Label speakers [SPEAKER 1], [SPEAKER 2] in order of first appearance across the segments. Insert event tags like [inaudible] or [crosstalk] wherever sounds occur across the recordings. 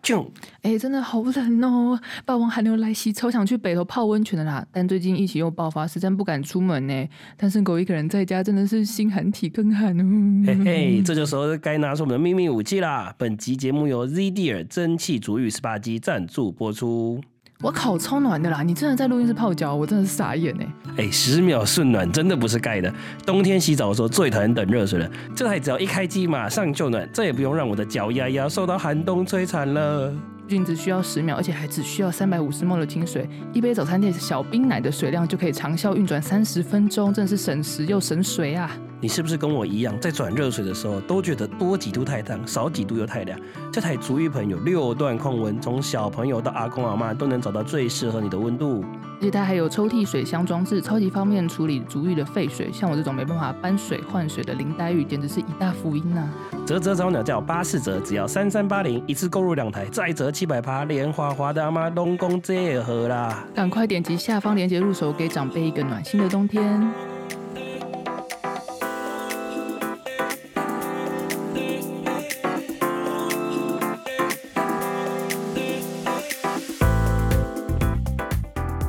[SPEAKER 1] 就
[SPEAKER 2] 哎、真的好冷哦！霸王寒流来袭，超想去北头泡温泉的啦。但最近疫情又爆发，实在不敢出门呢。单身狗一个人在家，真的是心寒体更寒哦。
[SPEAKER 1] 嘿嘿，这就时候该拿出我们的秘密武器啦！本集节目由 Z d e r 蒸汽足浴 SPA 机赞助播出。
[SPEAKER 2] 我靠，超暖的啦！你真的在录音室泡脚，我真的是傻眼哎。
[SPEAKER 1] 哎，十秒瞬暖真的不是盖的。冬天洗澡的时候最讨厌等热水了，这台只要一开机马上就暖，再也不用让我的脚丫丫受到寒冬摧残了。
[SPEAKER 2] 菌只需要十秒，而且还只需要三百五十 ml 的清水，一杯早餐店小冰奶的水量就可以长效运转三十分钟，真的是省时又省水啊！
[SPEAKER 1] 你是不是跟我一样，在转热水的时候都觉得多几度太烫，少几度又太凉？这台足浴盆有六段控温，从小朋友到阿公阿妈都能找到最适合你的温度。
[SPEAKER 2] 而且它还有抽屉水箱装置，超级方便处理足浴的废水。像我这种没办法搬水换水的林黛玉，简直是一大福音啊呐、
[SPEAKER 1] 折折早鸟价八四折，只要三三八零，一次购入两台，再折七百八，连花花的阿妈拢公这也喝啦。
[SPEAKER 2] 赶快点击下方链接入手，给长辈一个暖心的冬天。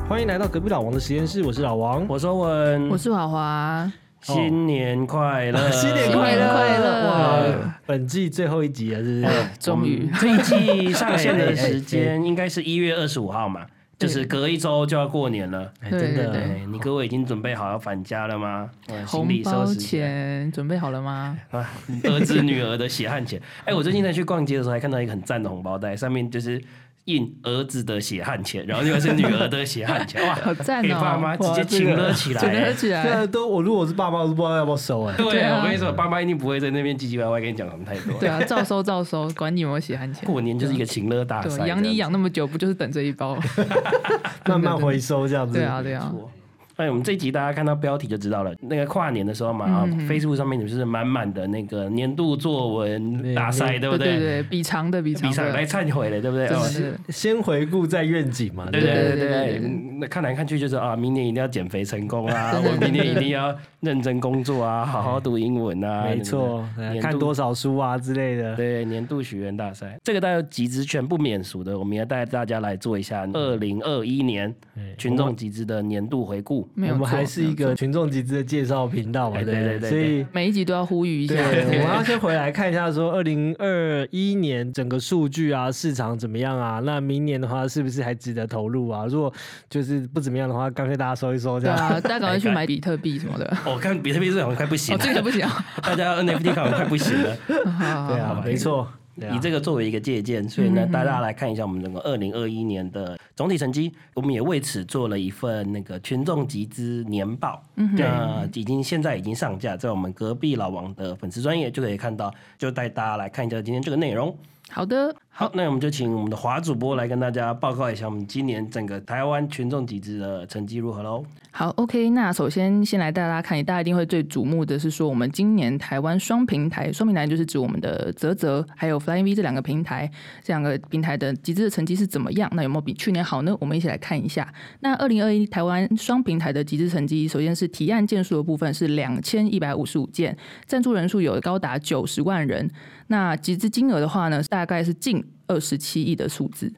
[SPEAKER 3] 欢迎来到隔壁老王的实验室，我是老王。
[SPEAKER 1] 我说文，
[SPEAKER 2] 我哦是华华，
[SPEAKER 1] 新年快
[SPEAKER 2] [laughs]
[SPEAKER 1] 乐，
[SPEAKER 3] 新年
[SPEAKER 2] 快乐
[SPEAKER 3] 快乐！
[SPEAKER 2] 哇
[SPEAKER 3] 呃哇，本季最后一集了，啊是不是？
[SPEAKER 1] 哎
[SPEAKER 2] 终于哎
[SPEAKER 1] 这一季上线的时
[SPEAKER 2] [laughs]
[SPEAKER 1] 间应该是一月二十五号嘛，
[SPEAKER 2] 对
[SPEAKER 1] 就是隔一周就要过年了。
[SPEAKER 3] 哎，
[SPEAKER 2] 对
[SPEAKER 3] 真
[SPEAKER 2] 对对
[SPEAKER 3] 的，
[SPEAKER 1] 哎，你各位已经准备好要返家了吗？嗯行
[SPEAKER 2] 红
[SPEAKER 1] 李收
[SPEAKER 2] 包
[SPEAKER 1] 拾起来
[SPEAKER 2] 钱准备好了吗？
[SPEAKER 1] 啊， [laughs] 儿子女儿的血汗钱。哎，我最近在去逛街的时候，还看到一个很赞的红包袋，上面就是印儿子的血汗钱，然后另外是女儿的血汗钱，哇，
[SPEAKER 2] 好赞哦
[SPEAKER 1] 给爸妈直
[SPEAKER 3] 哇
[SPEAKER 1] 接请了起来、
[SPEAKER 2] 准备
[SPEAKER 1] 哎
[SPEAKER 2] 合起
[SPEAKER 3] 现在
[SPEAKER 2] 来。
[SPEAKER 3] 啊都我如果我是爸妈，我都不知道要不要收哎。
[SPEAKER 1] 对，
[SPEAKER 2] 对啊
[SPEAKER 1] 我跟你说，爸妈一定不会在那边唧唧歪歪跟你讲什么太多。
[SPEAKER 2] 对啊，照收照收，管你有没有血汗钱。
[SPEAKER 1] 过年就是一个情乐大赛，
[SPEAKER 2] 对，养你养那么久，不就是等这一包？
[SPEAKER 3] 慢慢回收这样子。
[SPEAKER 2] 对啊，对啊，
[SPEAKER 1] 错。哎，我们这一集大家看到标题就知道了。那个跨年的时候嘛，啊
[SPEAKER 2] 嗯嗯嗯
[SPEAKER 1] ，Facebook 上面就是满满的那个年度作文
[SPEAKER 3] 对
[SPEAKER 1] 大赛，对不
[SPEAKER 2] 对对对，比长的比
[SPEAKER 1] 比
[SPEAKER 2] 长
[SPEAKER 1] 赛来
[SPEAKER 2] 的，
[SPEAKER 1] 忏悔了，对不对？
[SPEAKER 2] 真
[SPEAKER 1] 哦
[SPEAKER 2] 的是
[SPEAKER 3] 先回顾再愿景嘛。
[SPEAKER 1] 啊对
[SPEAKER 3] 不
[SPEAKER 1] 对对
[SPEAKER 2] 对
[SPEAKER 1] 对
[SPEAKER 2] 对对
[SPEAKER 1] 对，嗯那看来看去就是啊，明年一定要减肥成功啊， [laughs]
[SPEAKER 2] 真的
[SPEAKER 1] 我明年
[SPEAKER 2] 真
[SPEAKER 1] 一
[SPEAKER 2] 的
[SPEAKER 1] 定要认真工作 [laughs] 啊，好好读英文啊，
[SPEAKER 3] 没错，
[SPEAKER 1] 对不
[SPEAKER 3] 哎
[SPEAKER 1] 对。
[SPEAKER 3] 看
[SPEAKER 1] 年
[SPEAKER 3] 多
[SPEAKER 1] 度
[SPEAKER 3] 少书啊之类的。
[SPEAKER 1] 对年度许愿大赛，这个大家集资全部免俗的，我们要带大家来做一下二零二一年
[SPEAKER 3] 哎
[SPEAKER 1] 群众集资的年度回顾。
[SPEAKER 2] 没有
[SPEAKER 3] 我
[SPEAKER 2] 错。
[SPEAKER 3] 们还是一
[SPEAKER 2] 没有
[SPEAKER 3] 个
[SPEAKER 2] 错
[SPEAKER 3] 群众集资的介绍频道嘛，
[SPEAKER 1] 哎
[SPEAKER 3] 对
[SPEAKER 1] 对
[SPEAKER 3] 不
[SPEAKER 1] 对对
[SPEAKER 3] 所以。
[SPEAKER 2] 每一集都要呼吁一下
[SPEAKER 3] 对，，我们要先回来看一下，说二零二一年整个数据啊，市场怎么样啊？那明年的话，是不是还值得投入啊？如果就是不怎么样的话，干脆大家收一收这
[SPEAKER 2] 对
[SPEAKER 3] 样。
[SPEAKER 2] 啊，大家赶快去买比特币什么的。
[SPEAKER 1] 我、哦看比特币市场快不 [laughs] 行
[SPEAKER 2] 哦，
[SPEAKER 1] 了，
[SPEAKER 2] 这个不行啊。
[SPEAKER 1] [laughs] 大家 NFT 看完快不行了。
[SPEAKER 2] 好好
[SPEAKER 3] 对
[SPEAKER 2] 好
[SPEAKER 3] 啊，没错。对啊嗯
[SPEAKER 1] 以这个作为一个借鉴，所以呢，大家来看一下我们整个二零二一年的总体成绩。我们也为此做了一份那个群众集资年报，
[SPEAKER 3] 嗯
[SPEAKER 1] 那已经现在已经上架，在我们隔壁老王的粉丝专业就可以看到，就带大家来看一下今天这个内容。
[SPEAKER 2] 好的，
[SPEAKER 1] 好，那我们就请我们的华主播来跟大家报告一下我们今年整个台湾群众集资的成绩如何喽。
[SPEAKER 2] 好，OK。那首先先来带大家看，大家一定会最瞩目的是说，我们今年台湾双平台，双平台就是指我们的泽泽还有 Flying V 这两个平台，这两个平台的集资的成绩是怎么样？那有没有比去年好呢？我们一起来看一下。那二零二一台湾双平台的集资成绩，首先是提案件数的部分是两千一百五十五件，赞助人数有高达九十万人。那集资金额的话呢，大概是近二十七亿的数字，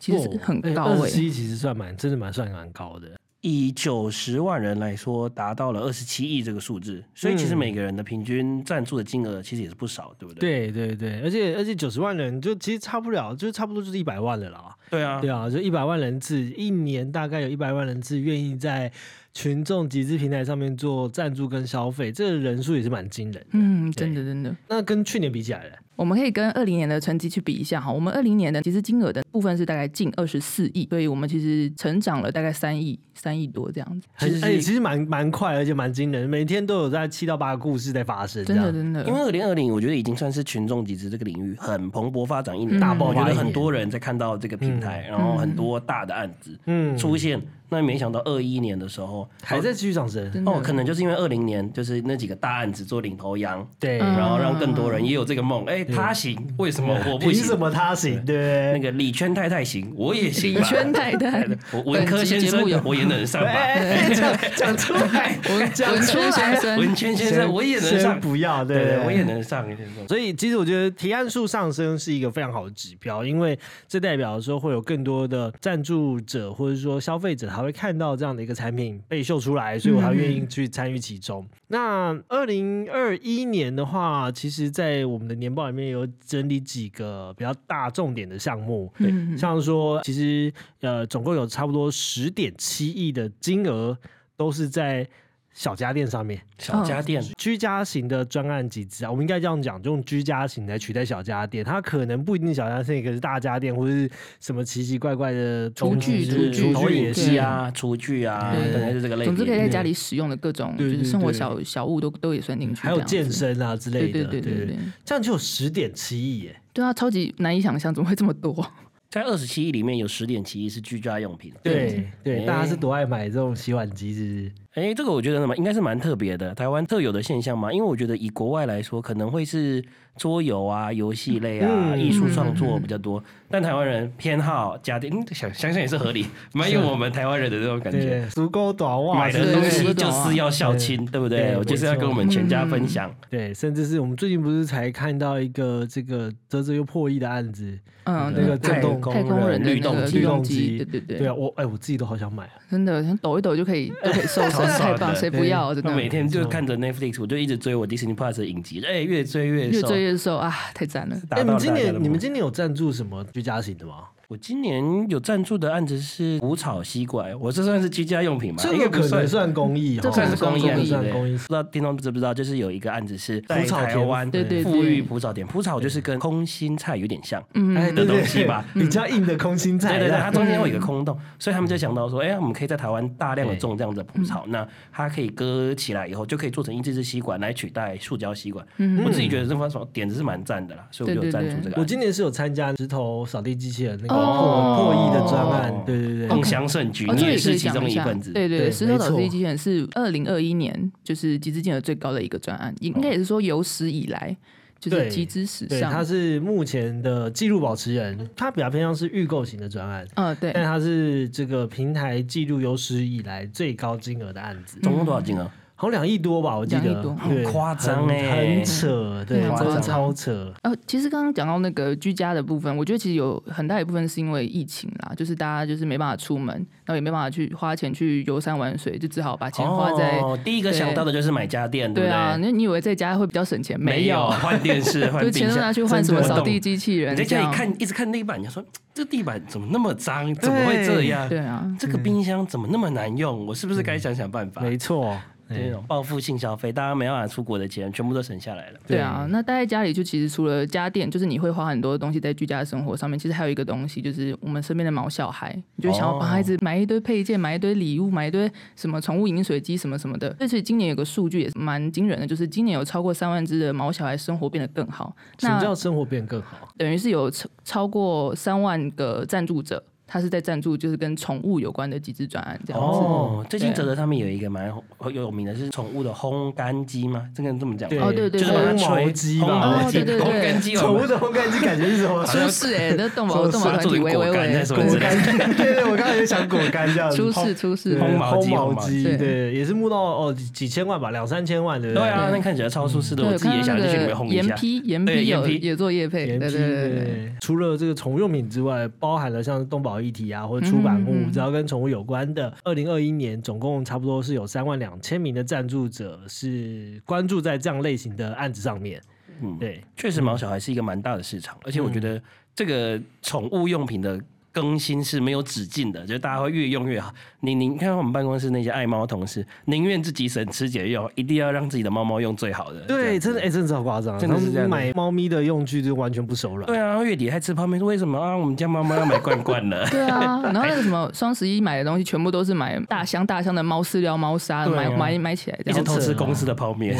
[SPEAKER 2] 其实是很高欸诶、
[SPEAKER 3] 哦哎二十一其实算蛮，真的蛮算蛮高的。
[SPEAKER 1] 以九十万人来说，达到了二十七亿这个数字，所以其实每个人的平均赞助的金额其实也是不少，对不对？
[SPEAKER 3] 嗯对对对，而且而且九十万人就其实差不了，就差不多就是一百万了啦。
[SPEAKER 1] 对啊
[SPEAKER 3] 对啊，就一百万人次，一年大概有一百万人次愿意在群众集资平台上面做赞助跟消费，这个人数也是蛮惊人。
[SPEAKER 2] 嗯，真的真的。
[SPEAKER 3] 那跟去年比起来呢，
[SPEAKER 2] 我们可以跟二零年的成绩去比一下哈，我们二零年的其实金额的部分是大概近二十四亿，所以我们其实成长了大概三亿三亿多这样子，
[SPEAKER 3] 很
[SPEAKER 1] 其实
[SPEAKER 3] 哎、其实蛮蛮快，而且蛮惊人，每天都有在七到八个故事在发生，
[SPEAKER 2] 真的
[SPEAKER 3] 这样
[SPEAKER 2] 真的
[SPEAKER 1] 因，为二零二零，我觉得已经算是群众集资这个领域很蓬勃发展一年，
[SPEAKER 2] 嗯大
[SPEAKER 1] 我
[SPEAKER 2] 爆
[SPEAKER 3] 发
[SPEAKER 1] 觉得
[SPEAKER 3] 一年
[SPEAKER 1] 很多人在看到这个平台，然后很多大的案子
[SPEAKER 3] 嗯，
[SPEAKER 1] 出现。那没想到二一年的时候，
[SPEAKER 3] 还在继续上升，
[SPEAKER 2] 真的
[SPEAKER 1] 哦，可能就是因为二零年就是那几个大案子做领头羊，
[SPEAKER 3] 对，
[SPEAKER 2] 嗯
[SPEAKER 1] 然后让更多人也有这个梦。哎，他行，为什么我不
[SPEAKER 3] 凭
[SPEAKER 1] 行
[SPEAKER 3] 什？么他行？对不对
[SPEAKER 1] 那个李圈太太行，我也行吧。
[SPEAKER 2] 李圈太
[SPEAKER 3] [laughs]
[SPEAKER 2] 太，
[SPEAKER 1] [laughs] 我文科先
[SPEAKER 2] 本集节
[SPEAKER 1] 生
[SPEAKER 2] 目有，
[SPEAKER 1] 我也能上吧。
[SPEAKER 3] 哎，讲讲
[SPEAKER 1] [laughs]
[SPEAKER 3] 出来，
[SPEAKER 2] 文
[SPEAKER 3] 讲
[SPEAKER 2] 文
[SPEAKER 3] 出
[SPEAKER 2] 圈
[SPEAKER 3] 来。
[SPEAKER 2] 先生，
[SPEAKER 1] 文圈先生，我也能
[SPEAKER 3] 先
[SPEAKER 1] 上。
[SPEAKER 3] 不要，对
[SPEAKER 1] 对对，我也
[SPEAKER 3] 能。
[SPEAKER 1] 能上。
[SPEAKER 3] 所以其实我觉得提案数上升是一个非常好的指标，因为这代表说会有更多的赞助者或者说消费者，他会看到这样的一个产品被秀出来，所以我才愿意去参与其中。那二零二一年的话，其实在我们的年报里面有整理几个比较大重点的项目，
[SPEAKER 1] 对
[SPEAKER 2] 嗯
[SPEAKER 3] 像说，其实呃，总共有差不多十点七亿的金额都是在小家电上面，
[SPEAKER 1] 小家电，
[SPEAKER 3] 居家型的专案集资啊，我们应该这样讲，就用居家型来取代小家电，它可能不一定小家电，可是大家电或是什么奇奇怪怪的
[SPEAKER 2] 厨
[SPEAKER 3] 东
[SPEAKER 2] 具
[SPEAKER 3] 西
[SPEAKER 2] 厨具
[SPEAKER 3] 厨
[SPEAKER 1] 投
[SPEAKER 3] 具
[SPEAKER 1] 影
[SPEAKER 3] 也
[SPEAKER 2] 对
[SPEAKER 1] 机
[SPEAKER 3] 是啊，
[SPEAKER 1] 啊，厨具啊，
[SPEAKER 2] 对
[SPEAKER 1] 大概是这个类别。
[SPEAKER 2] 总之可以在家里使用的各种就
[SPEAKER 3] 对对
[SPEAKER 2] 是生活
[SPEAKER 3] 对
[SPEAKER 2] 小小物都都也算进去，
[SPEAKER 3] 还有
[SPEAKER 2] 这样子
[SPEAKER 3] 健，身啊之类
[SPEAKER 2] 对
[SPEAKER 3] 的，
[SPEAKER 2] 对对对对，
[SPEAKER 3] 这样就有十点七亿耶，
[SPEAKER 2] 对啊，超级难以想象，怎么会这么多？ [laughs]
[SPEAKER 1] 在二十七亿里面有十点七亿是居家用品。
[SPEAKER 3] 对对，
[SPEAKER 1] 哎
[SPEAKER 3] 大家是多爱买这种洗碗机，是不是？
[SPEAKER 1] 哎，这个我觉得什么应该是蛮特别的，台湾特有的现象嘛。因为我觉得以国外来说，可能会是桌游啊、游戏类啊、
[SPEAKER 3] 嗯
[SPEAKER 1] 艺术创作比较多，但台湾人偏好家电，嗯，想想想也是合理，蛮有我们台湾人的这种感觉。
[SPEAKER 3] 对，足够短
[SPEAKER 1] [laughs]
[SPEAKER 3] 袜
[SPEAKER 1] 买
[SPEAKER 3] 之类
[SPEAKER 1] 的
[SPEAKER 2] 对
[SPEAKER 1] 东
[SPEAKER 2] 对
[SPEAKER 1] 西
[SPEAKER 2] 对
[SPEAKER 1] 就是要孝亲，对不对？
[SPEAKER 3] 对
[SPEAKER 1] 我就是要
[SPEAKER 3] 没错
[SPEAKER 1] 跟我们全家分享。
[SPEAKER 3] 对，甚至是我们最近不是才看到一个这个泽泽又破亿的案子，
[SPEAKER 2] 嗯，
[SPEAKER 3] 那个
[SPEAKER 2] 太
[SPEAKER 3] 震动
[SPEAKER 2] 太空人的
[SPEAKER 1] 律
[SPEAKER 2] 那
[SPEAKER 1] 动
[SPEAKER 2] 个
[SPEAKER 1] 机
[SPEAKER 2] 律动
[SPEAKER 3] 机
[SPEAKER 2] 机，对对
[SPEAKER 3] 对
[SPEAKER 2] 对
[SPEAKER 3] 啊，，我哎、我自己都好想买啊，
[SPEAKER 2] 真的想抖一抖就可以就可以瘦
[SPEAKER 1] 超
[SPEAKER 2] 身，
[SPEAKER 1] 爽
[SPEAKER 2] 太棒，
[SPEAKER 1] 的
[SPEAKER 2] 谁不
[SPEAKER 3] 对
[SPEAKER 2] 要？真
[SPEAKER 1] 我
[SPEAKER 2] 的
[SPEAKER 1] 每天
[SPEAKER 3] 没
[SPEAKER 1] 就
[SPEAKER 3] 错
[SPEAKER 1] 看着 Netflix，我就一直追我 Disney Plus 的影集，哎，越追越
[SPEAKER 2] 越
[SPEAKER 1] 瘦。
[SPEAKER 2] 追越瘦啊，太赞了！
[SPEAKER 1] 达
[SPEAKER 3] 哎、
[SPEAKER 1] 到
[SPEAKER 3] 你们今
[SPEAKER 1] 大家的
[SPEAKER 3] 年你
[SPEAKER 1] 目
[SPEAKER 3] 们
[SPEAKER 1] 标
[SPEAKER 3] 今年有赞助什么居家型的吗？
[SPEAKER 1] 我今年有赞助的案子是五草吸管，我这算是居家用品吗？应该
[SPEAKER 3] 个
[SPEAKER 1] 不
[SPEAKER 3] 可
[SPEAKER 1] 算
[SPEAKER 3] 能。算公益哦，
[SPEAKER 2] 这
[SPEAKER 1] 算是公益案
[SPEAKER 3] 这
[SPEAKER 1] 子，
[SPEAKER 3] 算
[SPEAKER 1] 对
[SPEAKER 3] 公益
[SPEAKER 1] 不。知道听众知不知道？就是有一个案子是在
[SPEAKER 3] 蒲草
[SPEAKER 1] 台
[SPEAKER 3] 田
[SPEAKER 1] 湾
[SPEAKER 2] 对对
[SPEAKER 1] 富裕
[SPEAKER 2] 对，
[SPEAKER 1] 蒲草田，蒲草就是跟空心菜有点像
[SPEAKER 3] 哎，
[SPEAKER 2] 嗯
[SPEAKER 1] 的
[SPEAKER 3] 对
[SPEAKER 1] 东
[SPEAKER 3] 对
[SPEAKER 1] 西吧？
[SPEAKER 3] [laughs] 比较硬的空心菜，啊
[SPEAKER 1] 对对对，它
[SPEAKER 3] 啦
[SPEAKER 1] 中间会有一个空洞，所以他们就想到说，哎、我们可以在台湾大量的种这样的蒲草，
[SPEAKER 2] 嗯
[SPEAKER 1] 那它可以割起来以后，就可以做成一支支吸管来取代塑胶吸管。
[SPEAKER 2] 嗯
[SPEAKER 1] 我自己觉得这方法点子是蛮赞的啦，所以我就有赞助这个
[SPEAKER 3] 我
[SPEAKER 1] 案子，
[SPEAKER 3] 今年是有参加石头扫地机器人那个破、
[SPEAKER 2] 哦
[SPEAKER 3] 破亿的专案，对对对
[SPEAKER 1] 共襄盛举，
[SPEAKER 2] 哦，
[SPEAKER 1] 你
[SPEAKER 2] 这个
[SPEAKER 1] 也
[SPEAKER 2] 也可
[SPEAKER 1] 是
[SPEAKER 2] 以
[SPEAKER 1] 其
[SPEAKER 2] 讲
[SPEAKER 1] 中
[SPEAKER 2] 一
[SPEAKER 1] 一
[SPEAKER 2] 下
[SPEAKER 1] 份。子。
[SPEAKER 2] 对对，
[SPEAKER 3] 对
[SPEAKER 2] 对石头
[SPEAKER 3] 没
[SPEAKER 2] 岛
[SPEAKER 3] 错
[SPEAKER 2] 机器人是二零二一年就是集资金额最高的一个专案，应该也是说有史以来就
[SPEAKER 3] 对
[SPEAKER 2] 是集资史
[SPEAKER 3] 对，他
[SPEAKER 2] 上，
[SPEAKER 3] 是目前的纪录保持人，他比较偏向是预购型的专案，
[SPEAKER 2] 嗯，对，
[SPEAKER 3] 但它是这个平台记录有史以来最高金额的案子，
[SPEAKER 1] 总共
[SPEAKER 2] 嗯
[SPEAKER 1] 多少金额？
[SPEAKER 3] 好像两亿多吧，我记
[SPEAKER 2] 两
[SPEAKER 3] 得
[SPEAKER 2] 亿多，
[SPEAKER 3] 对，
[SPEAKER 1] 很夸张
[SPEAKER 3] 很
[SPEAKER 1] 欸
[SPEAKER 3] 很扯，对，
[SPEAKER 2] 很
[SPEAKER 3] 真
[SPEAKER 2] 夸张
[SPEAKER 3] 的超扯，
[SPEAKER 2] 呃，其实刚刚讲到那个居家的部分，我觉得其实有很大一部分是因为疫情啦，就是大家就是没办法出门，然后也没办法去花钱去游山玩水，就只好把钱花在、
[SPEAKER 1] 哦，第一个想到的就是买家电，对
[SPEAKER 2] 对
[SPEAKER 1] 不
[SPEAKER 2] 啊，
[SPEAKER 1] 对？
[SPEAKER 2] 那你以为在家会比较省钱？
[SPEAKER 1] 没有
[SPEAKER 2] 有，
[SPEAKER 1] 换电
[SPEAKER 2] [laughs]
[SPEAKER 1] 视，换
[SPEAKER 2] 就
[SPEAKER 1] 冰
[SPEAKER 2] 钱都拿
[SPEAKER 1] 箱。
[SPEAKER 2] 去换什么
[SPEAKER 1] 真的
[SPEAKER 2] 扫地机器人，
[SPEAKER 1] 你在
[SPEAKER 2] 这
[SPEAKER 1] 家
[SPEAKER 2] 样
[SPEAKER 1] 里看，一直看地板，你说这地板怎么那么脏？怎么会这样？
[SPEAKER 2] 对啊，
[SPEAKER 1] 这个冰箱怎么那么难用？我是不是该想想
[SPEAKER 2] 嗯
[SPEAKER 1] 办法？
[SPEAKER 3] 没错，哎
[SPEAKER 1] 这种报复性消费，大家没办法出国的钱全部都省下来了。
[SPEAKER 2] 对啊，那待在家里就其实除了家电，就是你会花很多东西在居家生活上面。其实还有一个东西，就是我们身边的毛小孩，你就想要帮孩子买一堆配件，买一堆礼物，买一堆什么宠物饮水机什么什么的。所以其实今年有个数据也是蛮惊人的，就是今年有超过三万只的毛小孩生活变得更好。
[SPEAKER 3] 什么
[SPEAKER 2] 那
[SPEAKER 3] 叫生活变更好？
[SPEAKER 2] 等于是有超超过三万个赞助者，他是在赞助就是跟宠物有关的集资专案这样子。
[SPEAKER 1] 哦，最近
[SPEAKER 2] 对啊
[SPEAKER 1] 泽泽他们有一个蛮有名的是宠物的烘干机吗？这个这么讲吗，
[SPEAKER 2] 哦对对
[SPEAKER 1] 就是把它
[SPEAKER 3] 烘毛
[SPEAKER 1] 吹
[SPEAKER 3] 机
[SPEAKER 1] 烘
[SPEAKER 3] 吧，
[SPEAKER 1] 毛
[SPEAKER 2] 哦
[SPEAKER 1] 机，
[SPEAKER 2] 对对对
[SPEAKER 1] 烘干机，
[SPEAKER 3] 宠物的烘干机感觉是什么？
[SPEAKER 2] 舒适哎，那动保
[SPEAKER 3] 说
[SPEAKER 2] 动保团
[SPEAKER 1] 做
[SPEAKER 2] 体
[SPEAKER 1] 成
[SPEAKER 2] 喂
[SPEAKER 1] 果
[SPEAKER 2] 喂
[SPEAKER 1] 干
[SPEAKER 2] 喂
[SPEAKER 1] 还，是什么之
[SPEAKER 3] 果
[SPEAKER 1] 类的
[SPEAKER 3] 干， [laughs] 对对，我刚才就想果干这样子，
[SPEAKER 2] 出
[SPEAKER 3] 烘
[SPEAKER 2] 事出事
[SPEAKER 3] 对，
[SPEAKER 1] 烘毛机
[SPEAKER 3] 烘
[SPEAKER 1] 烘毛
[SPEAKER 3] 机，
[SPEAKER 2] 机
[SPEAKER 3] 对，也是募到哦几几千万吧，两三千万，对不
[SPEAKER 1] 对
[SPEAKER 3] 对？
[SPEAKER 1] 啊，那看起来超舒适的，
[SPEAKER 2] 对，
[SPEAKER 1] 我自己也
[SPEAKER 2] 看到
[SPEAKER 1] 想
[SPEAKER 2] 那
[SPEAKER 1] 去里
[SPEAKER 2] 个
[SPEAKER 1] 面烘一
[SPEAKER 2] 盐
[SPEAKER 1] 下。
[SPEAKER 2] 批盐
[SPEAKER 1] 对
[SPEAKER 2] 批
[SPEAKER 1] 盐
[SPEAKER 2] 有
[SPEAKER 1] 批
[SPEAKER 2] 也做业配，
[SPEAKER 3] 甜
[SPEAKER 2] 对对
[SPEAKER 3] 品
[SPEAKER 2] 对对对。
[SPEAKER 3] 除了这个宠物用品之外，包含了像是动保议题啊，或者出版物，
[SPEAKER 2] 嗯嗯嗯
[SPEAKER 3] 只要跟宠物有关的，二零二一年总共差不多是有三万两千名的赞助者是关注在这样类型的案子上面。
[SPEAKER 1] 嗯
[SPEAKER 3] 对，
[SPEAKER 1] 确实，毛小孩是一个蛮大的市场，而且我
[SPEAKER 3] 嗯
[SPEAKER 1] 觉得这个宠物用品的更新是没有止境的，就是大家会越用越好。你你看我们办公室那些爱猫同事，宁愿自己省吃俭用，一定要让自己的猫猫用最好的。这
[SPEAKER 3] 对，
[SPEAKER 1] 样子
[SPEAKER 3] 真的，哎、真的超夸张，
[SPEAKER 1] 真的是
[SPEAKER 3] 他们
[SPEAKER 1] 这样的
[SPEAKER 3] 买猫咪的用具就完全不手软。
[SPEAKER 1] 对啊，月底还吃泡面，说为什么啊？我们家猫猫要买罐罐
[SPEAKER 3] [laughs]
[SPEAKER 1] 了。
[SPEAKER 2] [laughs] 对
[SPEAKER 1] [laughs]
[SPEAKER 2] 啊，然后
[SPEAKER 1] 哎
[SPEAKER 2] 那个什么双十一买的东西，全部都是买大箱大箱的猫饲料、猫砂，
[SPEAKER 1] 对啊
[SPEAKER 2] 买买买起来这
[SPEAKER 1] 一直
[SPEAKER 2] 样子。
[SPEAKER 1] 偷吃公司的泡面，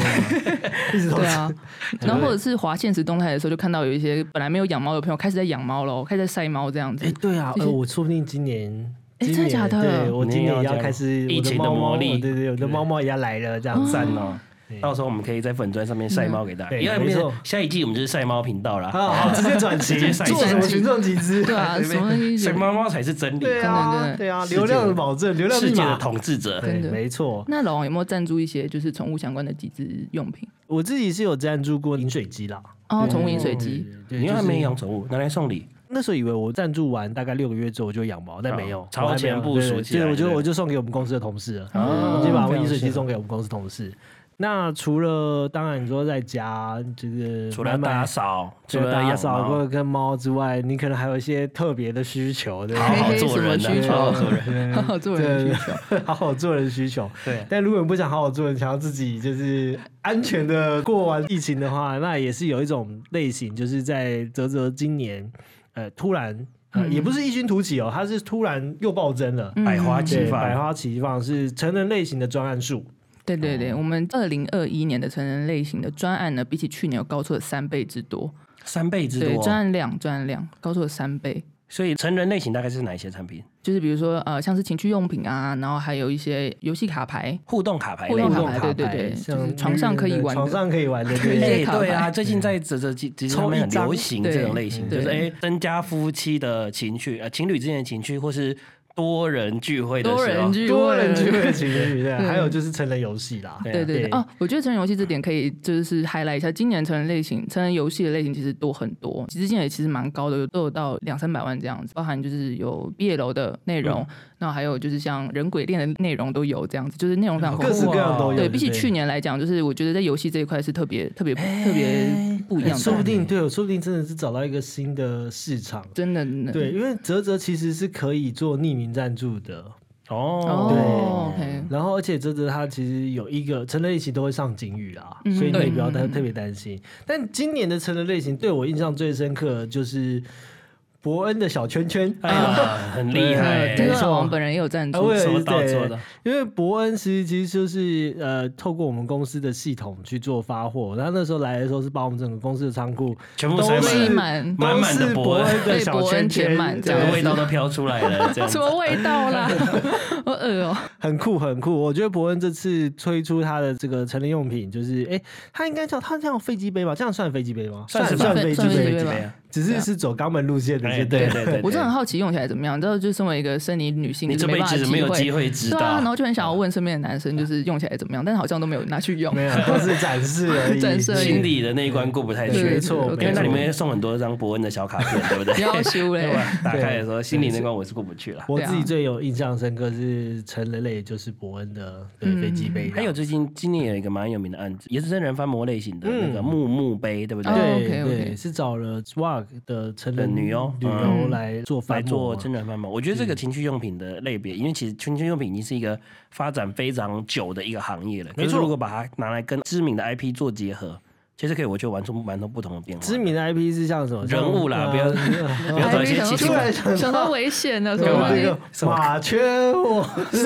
[SPEAKER 3] 一直都
[SPEAKER 2] 对
[SPEAKER 3] 是
[SPEAKER 2] 啊，然后或者是滑现实动态的时候，就看到有一些本来没有养猫的朋友开始在养猫喽，开始在晒猫这样子
[SPEAKER 3] 哎、。对啊，
[SPEAKER 2] 这
[SPEAKER 3] 呃，
[SPEAKER 2] 些
[SPEAKER 3] 我说不定今年。
[SPEAKER 2] 哎
[SPEAKER 3] 今
[SPEAKER 2] 真的
[SPEAKER 3] 年
[SPEAKER 2] 假的
[SPEAKER 3] 对，我今年也要开始
[SPEAKER 1] 啊疫
[SPEAKER 3] 我的
[SPEAKER 1] 情的
[SPEAKER 3] 猫猫，
[SPEAKER 1] 魔力
[SPEAKER 3] 对对，我的猫猫也要来了，这样
[SPEAKER 1] 赞 [laughs]
[SPEAKER 3] 子。
[SPEAKER 1] 哦！到时候我们可以在粉砖上面晒猫给大家。
[SPEAKER 3] 对
[SPEAKER 1] 因为
[SPEAKER 3] 没错
[SPEAKER 1] 下一季我们就是晒猫频道啦。
[SPEAKER 3] 好
[SPEAKER 1] [laughs]
[SPEAKER 3] 好，直接转型，
[SPEAKER 1] 啊直接晒
[SPEAKER 3] 做什么群众集资？
[SPEAKER 2] 对啊，什么东西
[SPEAKER 1] 晒猫猫才是真理，
[SPEAKER 3] [laughs] 对啊，对啊，流量的保证，流量
[SPEAKER 1] 世
[SPEAKER 3] 密
[SPEAKER 1] 界的
[SPEAKER 3] 码。
[SPEAKER 1] 统治者。
[SPEAKER 3] 对
[SPEAKER 2] 真，的
[SPEAKER 3] 没错，
[SPEAKER 2] 那老王有没有赞助一些就是宠物相关的集资用品？
[SPEAKER 3] 我自己是有赞助过饮水机啦，
[SPEAKER 2] 哦，宠物饮水机，
[SPEAKER 3] 对
[SPEAKER 1] 你又还没。
[SPEAKER 3] 就是
[SPEAKER 1] 养宠物，拿来送礼，
[SPEAKER 3] 那时候以为我赞助完大概六个月之后我就养猫，但没有
[SPEAKER 1] 哦，超前部署起来
[SPEAKER 3] 对，我就
[SPEAKER 1] 对
[SPEAKER 3] 我就送给我们公司的同事了，
[SPEAKER 1] 哦
[SPEAKER 3] 我就把我饮水机送给我们公司同事。那除了当然你说在家这个
[SPEAKER 1] 除了
[SPEAKER 3] 慢慢
[SPEAKER 1] 打扫，除
[SPEAKER 3] 除了
[SPEAKER 1] 了
[SPEAKER 3] 打
[SPEAKER 1] 养
[SPEAKER 3] 扫
[SPEAKER 1] 猫，
[SPEAKER 3] 跟跟猫之外，你可能还有一些特别的需求，对
[SPEAKER 1] 哦
[SPEAKER 3] 吧
[SPEAKER 1] 好？好
[SPEAKER 2] 嘿嘿
[SPEAKER 1] 做
[SPEAKER 2] [laughs] 什么
[SPEAKER 1] 人
[SPEAKER 2] 需
[SPEAKER 1] 啊，
[SPEAKER 2] 求
[SPEAKER 1] 好好做人。
[SPEAKER 2] [laughs] 好好做人的需求。
[SPEAKER 3] 对， [laughs] 好好做人需求。
[SPEAKER 1] 对
[SPEAKER 3] 但如果你不想好好做人，想要自己就是安全的过完疫情的话，那也是有一种类型，就是在泽泽今年，呃，突然、呃
[SPEAKER 2] 嗯
[SPEAKER 3] 也不是异军突起哦，它是突然又暴增了，
[SPEAKER 1] 百花齐
[SPEAKER 3] 嗯对，百
[SPEAKER 1] 放，
[SPEAKER 3] 花齐放是成人类型的专案数，
[SPEAKER 2] 对对
[SPEAKER 1] 哦
[SPEAKER 2] 对，我们二零二一年的成人类型的专案呢，比起去年有高出了三倍之多。
[SPEAKER 1] 三倍之
[SPEAKER 2] 对，专
[SPEAKER 1] 多。哦
[SPEAKER 2] 案量，专案量高出了三倍。
[SPEAKER 1] 所以成人类型大概是哪一些产品？
[SPEAKER 2] 就是比如说呃，像是情趣用品啊，然后还有一些游戏卡牌，
[SPEAKER 1] 互动卡牌类
[SPEAKER 2] 互
[SPEAKER 1] 的，
[SPEAKER 2] 动
[SPEAKER 3] 互
[SPEAKER 2] 卡
[SPEAKER 3] 动
[SPEAKER 2] 牌对对对
[SPEAKER 3] 像
[SPEAKER 2] 就是床上可以玩的
[SPEAKER 3] 床上可以
[SPEAKER 2] [laughs]
[SPEAKER 3] 玩的，
[SPEAKER 2] 对
[SPEAKER 3] 对
[SPEAKER 1] 哎
[SPEAKER 2] 对卡牌
[SPEAKER 1] 对啊，最近在这这这这上面很流行
[SPEAKER 2] 抽一张
[SPEAKER 1] 这种类型，
[SPEAKER 2] 对
[SPEAKER 1] 就是哎、
[SPEAKER 2] 对
[SPEAKER 1] 增加夫妻的情趣，呃，情侣之间的情趣，或是多人聚会的时哦
[SPEAKER 2] 多
[SPEAKER 1] 候，
[SPEAKER 2] 人聚会，
[SPEAKER 3] 多人
[SPEAKER 2] [laughs]
[SPEAKER 3] 聚会情侣对，啊
[SPEAKER 2] 对
[SPEAKER 3] 还有就是成人游戏啦，
[SPEAKER 1] 啊对啊
[SPEAKER 2] 对对对
[SPEAKER 3] 对
[SPEAKER 2] 哦，我觉得成人游戏这点可以就是 highlight 一下，今年成人类型、成人游戏的类型其实多很多，其实今年也其实蛮高的，有都有到两三百万这样子，包含就是有毕业楼的内容，
[SPEAKER 1] 嗯
[SPEAKER 2] 然后还有就是像人鬼恋的内容都有这样子，就是内容非常丰
[SPEAKER 3] 各式
[SPEAKER 2] 富。
[SPEAKER 3] 各样都有。
[SPEAKER 2] 对
[SPEAKER 3] 不
[SPEAKER 2] 比起去年来讲，就是我觉得在游戏这一块是特别特别特别不一样的，
[SPEAKER 3] 哎说不定对，我说不定真的是找到一个新的市场。
[SPEAKER 2] 真的真的
[SPEAKER 3] 对，因为泽泽其实是可以做匿名赞助的，
[SPEAKER 1] 哦
[SPEAKER 2] 哦，，OK，
[SPEAKER 3] 然后而且泽泽他其实有一个成人类型都会上警语啦，
[SPEAKER 2] 嗯
[SPEAKER 3] 所以你也
[SPEAKER 2] 对
[SPEAKER 3] 不要担特别担心。但今年的成人类型对我印象最深刻的就是伯恩的小圈圈，
[SPEAKER 1] 哎
[SPEAKER 3] [laughs]
[SPEAKER 1] 呀，很厉害、
[SPEAKER 2] 这
[SPEAKER 3] 对
[SPEAKER 2] 个
[SPEAKER 1] 欸，
[SPEAKER 3] 没错
[SPEAKER 2] 老王本人也有赞助
[SPEAKER 3] 啊，我也
[SPEAKER 1] 做到
[SPEAKER 3] 对
[SPEAKER 1] 做到，
[SPEAKER 3] 因为伯恩其实其实就是呃透过我们公司的系统去做发货，然后那时候来的时候是把我们整个公司的仓库
[SPEAKER 1] 全部塞满
[SPEAKER 3] 都
[SPEAKER 2] 塞
[SPEAKER 3] 是
[SPEAKER 1] 了，
[SPEAKER 2] 满
[SPEAKER 3] [laughs]
[SPEAKER 1] 满满的
[SPEAKER 3] 都是
[SPEAKER 1] 伯
[SPEAKER 3] 伯
[SPEAKER 1] 恩
[SPEAKER 3] 恩的
[SPEAKER 2] 被
[SPEAKER 3] 小
[SPEAKER 2] 伯
[SPEAKER 3] 圈
[SPEAKER 2] 恩
[SPEAKER 3] 圈，
[SPEAKER 2] 填满这
[SPEAKER 1] 整
[SPEAKER 2] 样
[SPEAKER 1] 个
[SPEAKER 2] 子
[SPEAKER 1] 味道都飘出来
[SPEAKER 2] [laughs]
[SPEAKER 1] 了，这样
[SPEAKER 2] 什
[SPEAKER 1] 子。
[SPEAKER 2] 么味道啦？好恶哦、
[SPEAKER 3] 很酷很酷。我觉得伯恩这次推出他的这个成人用品，就是哎，他应该叫他这样飞机杯吧？这样算飞机杯吗？
[SPEAKER 1] 算是吧
[SPEAKER 3] 算
[SPEAKER 2] 算
[SPEAKER 3] 飞机
[SPEAKER 2] 算飞机
[SPEAKER 3] 杯
[SPEAKER 2] 杯，
[SPEAKER 1] 对啊
[SPEAKER 3] 只是是走肛门路线的，
[SPEAKER 1] 哎
[SPEAKER 3] 就
[SPEAKER 1] 对
[SPEAKER 3] 对
[SPEAKER 1] 对对，
[SPEAKER 2] 我真的很
[SPEAKER 1] 的，
[SPEAKER 2] 好奇用起来怎么样，你知道，就身为一个生理女性，
[SPEAKER 1] 你这
[SPEAKER 2] 就是
[SPEAKER 1] 辈
[SPEAKER 2] 办
[SPEAKER 1] 子
[SPEAKER 2] 法
[SPEAKER 1] 没有
[SPEAKER 2] 会
[SPEAKER 1] 机会知
[SPEAKER 2] 对啊，然
[SPEAKER 1] 道，
[SPEAKER 2] 后就很想要问身边的男生，就是用起来怎么样，但是好像都没有拿去用。
[SPEAKER 3] 没有都是展示而已。
[SPEAKER 2] 展示而已
[SPEAKER 1] 心里的那一关过不太
[SPEAKER 3] 对
[SPEAKER 1] 去。
[SPEAKER 3] 没错，
[SPEAKER 2] 对
[SPEAKER 1] 因为那
[SPEAKER 3] 没错
[SPEAKER 1] 里面送很多张伯恩的小卡片，对不对？
[SPEAKER 2] 要修嘞
[SPEAKER 1] [laughs] 对吧打开的时候，心里那关我是过不去了。
[SPEAKER 3] 我
[SPEAKER 2] 对啊
[SPEAKER 3] 自己最有印象深刻是成人类，就是伯恩的对
[SPEAKER 2] 嗯
[SPEAKER 3] 飞机杯，
[SPEAKER 1] 还有最近今年有一个蛮有名的案子，也是真人翻模类型的那个木木杯，对不对？
[SPEAKER 2] 哦
[SPEAKER 3] 对
[SPEAKER 2] OK，OK
[SPEAKER 3] 对，是找了 Swag 的成
[SPEAKER 1] 的
[SPEAKER 3] 人
[SPEAKER 1] 女优
[SPEAKER 3] 女优
[SPEAKER 1] 嗯
[SPEAKER 3] 来做翻
[SPEAKER 1] 来
[SPEAKER 3] 模
[SPEAKER 1] 做
[SPEAKER 3] 嘛
[SPEAKER 1] 真人翻模，我觉得这个情趣用品的类别，因为其实情趣用品已经是一个发展非常久的一个行业了。
[SPEAKER 3] 没错
[SPEAKER 1] 可是如果把它拿来跟知名的 IP 做结合，其实可以我觉得玩出蛮多不同的变化。
[SPEAKER 3] 知名的 IP 是像什么
[SPEAKER 1] 人物啦，
[SPEAKER 3] [laughs]
[SPEAKER 1] 不要不要找一些奇奇
[SPEAKER 3] 突
[SPEAKER 1] 怪
[SPEAKER 3] 然
[SPEAKER 2] [laughs]
[SPEAKER 3] 想
[SPEAKER 2] 想
[SPEAKER 3] 到
[SPEAKER 2] 说危险的，什
[SPEAKER 3] 干
[SPEAKER 2] 么
[SPEAKER 3] 嘛
[SPEAKER 2] 东
[SPEAKER 3] 那
[SPEAKER 2] 西
[SPEAKER 3] 个？马圈我是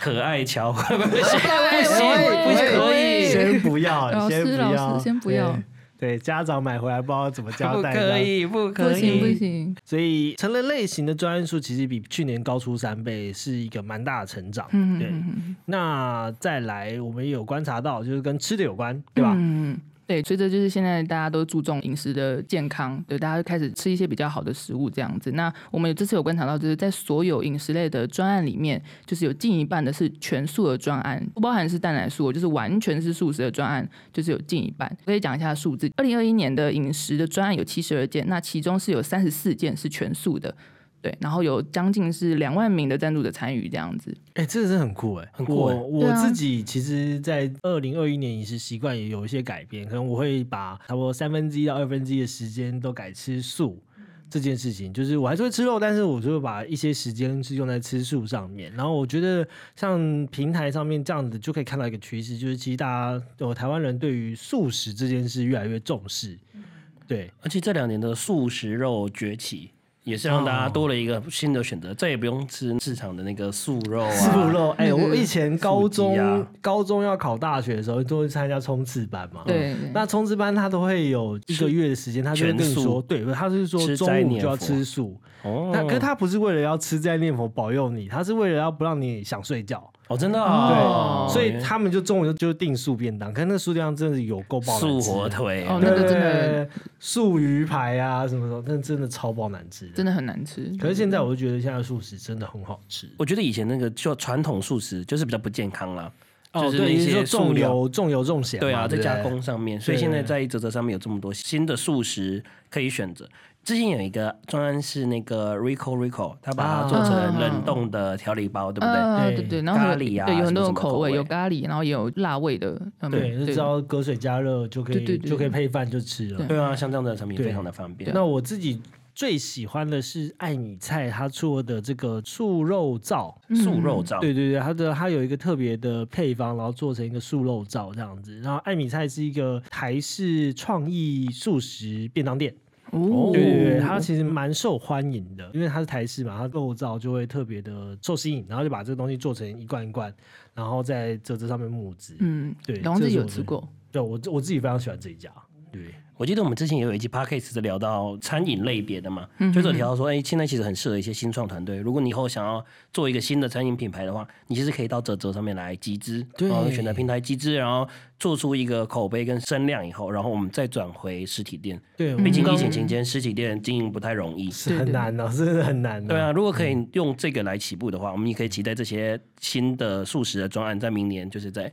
[SPEAKER 1] 可爱乔，不行
[SPEAKER 2] 不行
[SPEAKER 1] 不行
[SPEAKER 2] 可以
[SPEAKER 3] 先不要，
[SPEAKER 2] 老
[SPEAKER 3] 先
[SPEAKER 2] 师
[SPEAKER 3] 不
[SPEAKER 2] 老
[SPEAKER 3] 要，
[SPEAKER 2] 师先不要
[SPEAKER 3] 对。对，家长买回来不知道怎么交
[SPEAKER 1] 不
[SPEAKER 3] 代，
[SPEAKER 1] 可以，不
[SPEAKER 2] 不
[SPEAKER 1] 可
[SPEAKER 2] 行不
[SPEAKER 1] 以。
[SPEAKER 2] 行，
[SPEAKER 3] 所以成人类型的专案数其实比去年高出三倍，是一个蛮大的成长。
[SPEAKER 2] 嗯
[SPEAKER 3] 对，
[SPEAKER 2] 嗯
[SPEAKER 3] 那再来，我们也有观察到，就是跟吃的有关，对吧？
[SPEAKER 2] 嗯，对，随着就是现在大家都注重饮食的健康，对，大家开始吃一些比较好的食物这样子。那我们这次有观察到，就是在所有饮食类的专案里面，就是有近一半的是全素的专案，不包含是蛋奶素，哦就是完全是素食的专案，就是有近一半。所以讲一下数字，二零二一年的饮食的专案有七十二件，那其中是有三十四件是全素的。对，然后有将近是两万名的赞助者参与这样子，
[SPEAKER 3] 哎、这个是很酷哎、
[SPEAKER 1] 很酷
[SPEAKER 3] 我
[SPEAKER 1] 哎
[SPEAKER 2] 对
[SPEAKER 3] 我
[SPEAKER 2] 啊
[SPEAKER 3] 自己其实，在二零二一年饮食习惯也有一些改变，可能我会把差不多三分之一到二分之一的时间都改吃素。
[SPEAKER 2] 嗯
[SPEAKER 3] 这件事情就是我还是会吃肉，但是我就会把一些时间是用在吃素上面。然后我觉得像平台上面这样子，就可以看到一个趋势，就是其实大家我台湾人对于素食这件事越来越重视。
[SPEAKER 2] 嗯
[SPEAKER 3] 对，
[SPEAKER 1] 而且这两年的素食肉崛起，也是让大家多了一个新的选择，再也不用吃市场的那个素肉啊。
[SPEAKER 3] 素肉，哎、
[SPEAKER 2] 那个
[SPEAKER 3] 我以前高
[SPEAKER 1] 素
[SPEAKER 3] 中、
[SPEAKER 1] 鸡啊
[SPEAKER 3] 高中要考大学的时候，都会参加冲刺班嘛。
[SPEAKER 2] 对，
[SPEAKER 3] 那冲刺班他都会有一个月的时间，他就会跟你
[SPEAKER 1] 全
[SPEAKER 3] 说，
[SPEAKER 1] 素
[SPEAKER 3] 对，他是说
[SPEAKER 1] 吃
[SPEAKER 3] 中
[SPEAKER 1] 斋
[SPEAKER 3] 午
[SPEAKER 1] 念
[SPEAKER 3] 就要
[SPEAKER 1] 佛
[SPEAKER 3] 吃素，
[SPEAKER 1] 哦
[SPEAKER 3] 那可是他不是为了要吃斋念佛保佑你，他是为了要不让你想睡觉。
[SPEAKER 1] 哦，真的
[SPEAKER 3] 对，
[SPEAKER 1] 哦，
[SPEAKER 3] 所以他们就中午就就订素便当，可是那个素便当真的是有够爆难吃
[SPEAKER 1] 素
[SPEAKER 3] 的
[SPEAKER 1] 火腿
[SPEAKER 2] 哦
[SPEAKER 3] 对
[SPEAKER 2] 那个
[SPEAKER 3] 对
[SPEAKER 2] 真的
[SPEAKER 3] 对素鱼排啊什么什么，那真的超爆难吃的。
[SPEAKER 2] 真的很难吃。
[SPEAKER 3] 可是现在我就觉得现在的素食真的很好吃。
[SPEAKER 1] 我觉得以前那个就传统素食就是比较不健康啦，就是
[SPEAKER 3] 哦对，
[SPEAKER 1] 那
[SPEAKER 3] 你是说
[SPEAKER 1] 些塑
[SPEAKER 3] 重
[SPEAKER 1] 料
[SPEAKER 3] 油、重油、重咸嘛，
[SPEAKER 1] 对啊，在
[SPEAKER 3] 对不对
[SPEAKER 1] 加工上面，所以
[SPEAKER 3] 对
[SPEAKER 1] 现在在泽泽上面有这么多新的素食可以选择。之前有一个专案是那个 Rico Rico，他把它做成冷冻的调理包，对不对？
[SPEAKER 2] 呃
[SPEAKER 3] 对
[SPEAKER 2] 对对，然后还有
[SPEAKER 1] 咖喱啊
[SPEAKER 2] 对，有很多
[SPEAKER 1] 什么什
[SPEAKER 2] 种
[SPEAKER 1] 么口
[SPEAKER 2] 口味，
[SPEAKER 1] 味
[SPEAKER 2] 有咖喱，然后也有辣味的，嗯，
[SPEAKER 3] 对，就只要隔水加热就可
[SPEAKER 2] 对对
[SPEAKER 3] 以，
[SPEAKER 2] 对
[SPEAKER 3] 就可以配饭就吃了。
[SPEAKER 1] 对啊，像这样的产品
[SPEAKER 3] 对
[SPEAKER 1] 非常的方便。
[SPEAKER 3] 那我自己最喜欢的是爱你菜，它做的这个素肉燥。
[SPEAKER 1] 素肉燥，
[SPEAKER 3] 对对对，它的它有一个特别的配方，然后做成一个素肉燥这样子。然后艾米菜是一个台式创意素食便当店，
[SPEAKER 2] 哦，
[SPEAKER 3] 对对对，它其实蛮受欢迎的，因为它是台式嘛，它肉燥就会特别的受吸引，然后就把这个东西做成一罐一罐，然后在这这上面募资。
[SPEAKER 2] 嗯，
[SPEAKER 3] 对
[SPEAKER 2] 然后自己
[SPEAKER 3] 这是
[SPEAKER 2] 有
[SPEAKER 3] 我的
[SPEAKER 2] 吃过，
[SPEAKER 3] 对我我自己非常喜欢这一家。对，
[SPEAKER 1] 我记得我们之前也有一期 podcast 是聊到餐饮类别的嘛，
[SPEAKER 3] 嗯
[SPEAKER 1] 就是有提到说，哎、现在其实很适合一些新创团队，如果你以后想要做一个新的餐饮品牌的话，你其实可以到泽泽上面来集资，
[SPEAKER 3] 对
[SPEAKER 1] 然后选择平台集资，然后做出一个口碑跟声量以后，然后我们再转回实体店。
[SPEAKER 3] 对，
[SPEAKER 1] 毕
[SPEAKER 3] 毕
[SPEAKER 1] 竟
[SPEAKER 3] 竟
[SPEAKER 1] 疫情期间，实体店经营不太容易。
[SPEAKER 3] 是很难的、真的很难、
[SPEAKER 1] 对啊，，如果可以用这个来起步的话，我们也可以期待这些新的素食的专案在明年就是在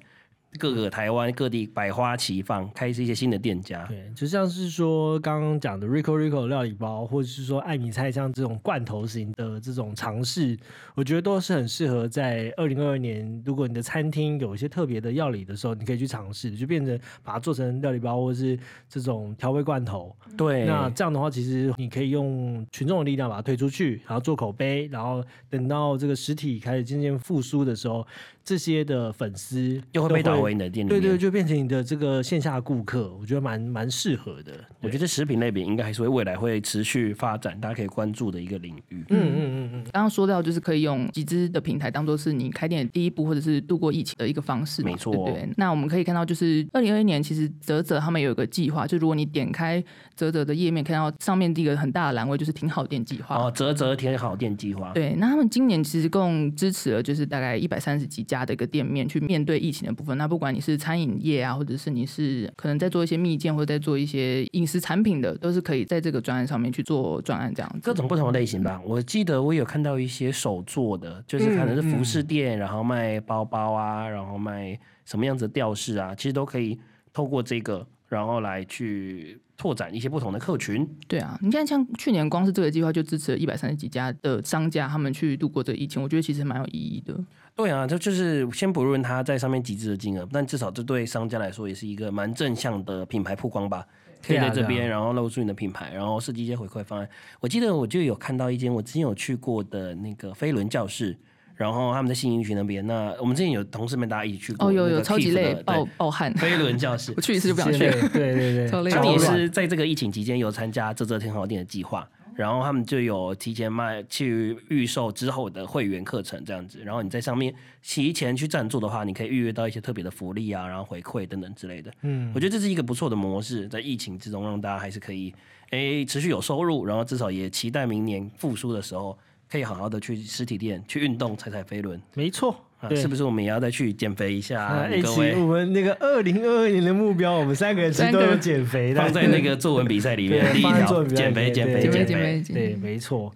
[SPEAKER 1] 各个台湾各地百花齐放，开一些新的店家。
[SPEAKER 3] 对，就像是说刚刚讲的 Rico Rico 料理包，或者是说艾米菜像这种罐头型的这种尝试，我觉得都是很适合在二零二二年，如果你的餐厅有一些特别的料理的时候，你可以去尝试，就变成把它做成料理包，或是这种调味罐头。
[SPEAKER 1] 对，
[SPEAKER 3] 那这样的话，其实你可以用群众的力量把它推出去，然后做口碑，然后等到这个实体开始渐渐复苏的时候，这些的粉丝
[SPEAKER 1] 又会被打回你的店里
[SPEAKER 3] 对
[SPEAKER 1] 面。
[SPEAKER 3] 对，就变成你的这个线下顾客，我觉得蛮蛮适合的。
[SPEAKER 1] 我觉得食品类别应该还是会未来会持续发展，大家可以关注的一个领域。
[SPEAKER 3] 嗯嗯嗯
[SPEAKER 2] 刚刚说到，就是可以用集资的平台当做是你开店的第一步，或者是度过疫情的一个方式嘛，
[SPEAKER 1] 没错
[SPEAKER 2] 对不对？那我们可以看到，就是二零二一年，其实泽泽他们有一个计划，就如果你点开泽泽的页面，看到上面第一个很大的栏位就是“挺好店计划”
[SPEAKER 1] 哦，泽泽甜好店计划，
[SPEAKER 2] 对，那他们今年其实共支持了就是大概一百三十几家的一个店面去面对疫情的部分。那不管你是餐饮业啊，或者是你是可能在做一些蜜饯，或者在做一些饮食产品的，都是可以在这个专案上面去做专案这样
[SPEAKER 1] 各
[SPEAKER 2] 子。
[SPEAKER 1] 种不同的类型吧。我记得我有看到一些手做的，就是可能是服饰店，然后卖包包啊，然后卖什么样子的吊饰啊，其实都可以透过这个，然后来去拓展一些不同的客群。
[SPEAKER 2] 对啊，你看像去年光是这个计划就支持了一百三十几家的商家，他们去度过这个疫情，我觉得其实蛮有意义的。
[SPEAKER 1] 对啊，这就是先不论他在上面集资的金额，但至少这对商家来说也是一个蛮正向的品牌曝光吧。可以
[SPEAKER 3] 对啊
[SPEAKER 1] 在这
[SPEAKER 3] 对
[SPEAKER 1] 边，然后露出你的品牌，然后设计一些回馈方案。我记得我就有看到一间我之前有去过的那个飞轮教室，然后他们在信义区那边。那我们之前有同事们大家一起去过
[SPEAKER 2] 哦，有
[SPEAKER 1] 那
[SPEAKER 2] 有
[SPEAKER 1] 个
[SPEAKER 2] 超级
[SPEAKER 1] Keith 的
[SPEAKER 2] 累，
[SPEAKER 1] 对
[SPEAKER 2] 爆爆汗，
[SPEAKER 1] 飞轮教室
[SPEAKER 2] [laughs] 我。去一次就不想
[SPEAKER 3] 嗯，
[SPEAKER 2] 去
[SPEAKER 3] 对
[SPEAKER 2] 了，
[SPEAKER 3] 对 [laughs] 对
[SPEAKER 2] 超
[SPEAKER 3] 对，
[SPEAKER 2] 累
[SPEAKER 1] 他们
[SPEAKER 2] 的。
[SPEAKER 3] 超
[SPEAKER 1] 也
[SPEAKER 3] 累
[SPEAKER 1] 是在这个疫情期间有参加这这挺好店的计划，然后他们就有提前卖去预售之后的会员课程这样子，然后你在上面提前去赞助的话，你可以预约到一些特别的福利啊，然后回馈等等之类的。嗯，我觉得这是一个不错的模式，在疫情之中让大家还是可以诶持续有收入，然后至少也期待明年复苏的时候可以好好的去实体店去运动踩踩飞轮。
[SPEAKER 3] 没错，
[SPEAKER 1] 啊，
[SPEAKER 3] 对。
[SPEAKER 1] 是不是我们也要再去减肥一下、
[SPEAKER 3] 啊
[SPEAKER 1] 啊？
[SPEAKER 3] 一
[SPEAKER 1] 各
[SPEAKER 3] 起
[SPEAKER 1] 位
[SPEAKER 3] 我们那个二零二二年的目标，我们三个人其实都有减肥的，
[SPEAKER 1] 放在那个作文比赛里面，
[SPEAKER 3] 对
[SPEAKER 1] 第一
[SPEAKER 3] 放在
[SPEAKER 1] 条
[SPEAKER 3] 作文比赛
[SPEAKER 1] 减
[SPEAKER 3] 里
[SPEAKER 1] 肥
[SPEAKER 3] 面
[SPEAKER 1] 减肥
[SPEAKER 3] 对
[SPEAKER 1] 减
[SPEAKER 2] 减
[SPEAKER 1] 肥
[SPEAKER 2] 肥。
[SPEAKER 3] 对，没错。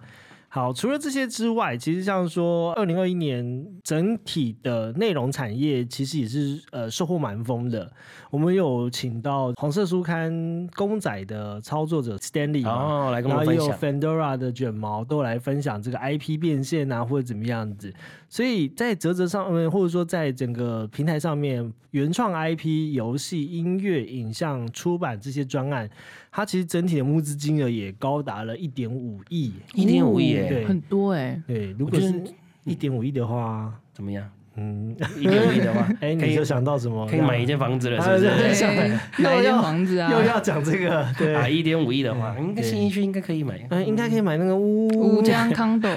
[SPEAKER 3] 好，除了这些之外，其实像说，二零二一年整体的内容产业其实也是呃收获蛮丰的。我们有请到黄色书刊《公仔》的操作者 Stanley 嘛
[SPEAKER 1] 哦，来跟
[SPEAKER 3] 然
[SPEAKER 1] 我
[SPEAKER 3] 后
[SPEAKER 1] 们
[SPEAKER 3] 也
[SPEAKER 1] 分
[SPEAKER 3] 有
[SPEAKER 1] 享。
[SPEAKER 3] Fandora 的卷毛都来分享这个 IP 变现啊，或者怎么样子。所以在泽泽上呃面，或者说在整个平台上面，原创 IP、游戏、音乐、影像、出版这些专案，它其实整体的募资金额也高达了一点五亿。
[SPEAKER 1] 1.5亿耶
[SPEAKER 3] 对
[SPEAKER 2] 很多哎、
[SPEAKER 3] 对，如
[SPEAKER 1] 我
[SPEAKER 3] 果
[SPEAKER 1] 觉
[SPEAKER 3] 是
[SPEAKER 1] 得
[SPEAKER 3] 一点五亿的话，
[SPEAKER 1] 怎么样？
[SPEAKER 3] 嗯，，
[SPEAKER 1] 一点一的话哦
[SPEAKER 3] 哎，
[SPEAKER 1] 可
[SPEAKER 3] 你
[SPEAKER 1] 以
[SPEAKER 3] 就想到什么？
[SPEAKER 1] [laughs] 可以买一间房子了，是
[SPEAKER 3] 啊
[SPEAKER 1] 不是？
[SPEAKER 3] 对
[SPEAKER 2] 对
[SPEAKER 1] [laughs]
[SPEAKER 3] 像又
[SPEAKER 2] 买一间
[SPEAKER 3] 要
[SPEAKER 2] 房子啊，
[SPEAKER 3] 又要讲这个，
[SPEAKER 1] 啊，
[SPEAKER 3] 对，
[SPEAKER 1] 一点五亿的话，
[SPEAKER 3] 对
[SPEAKER 1] 应该新一区应该可以买。
[SPEAKER 3] 嗯，应该可以买那个屋
[SPEAKER 2] 五江康斗，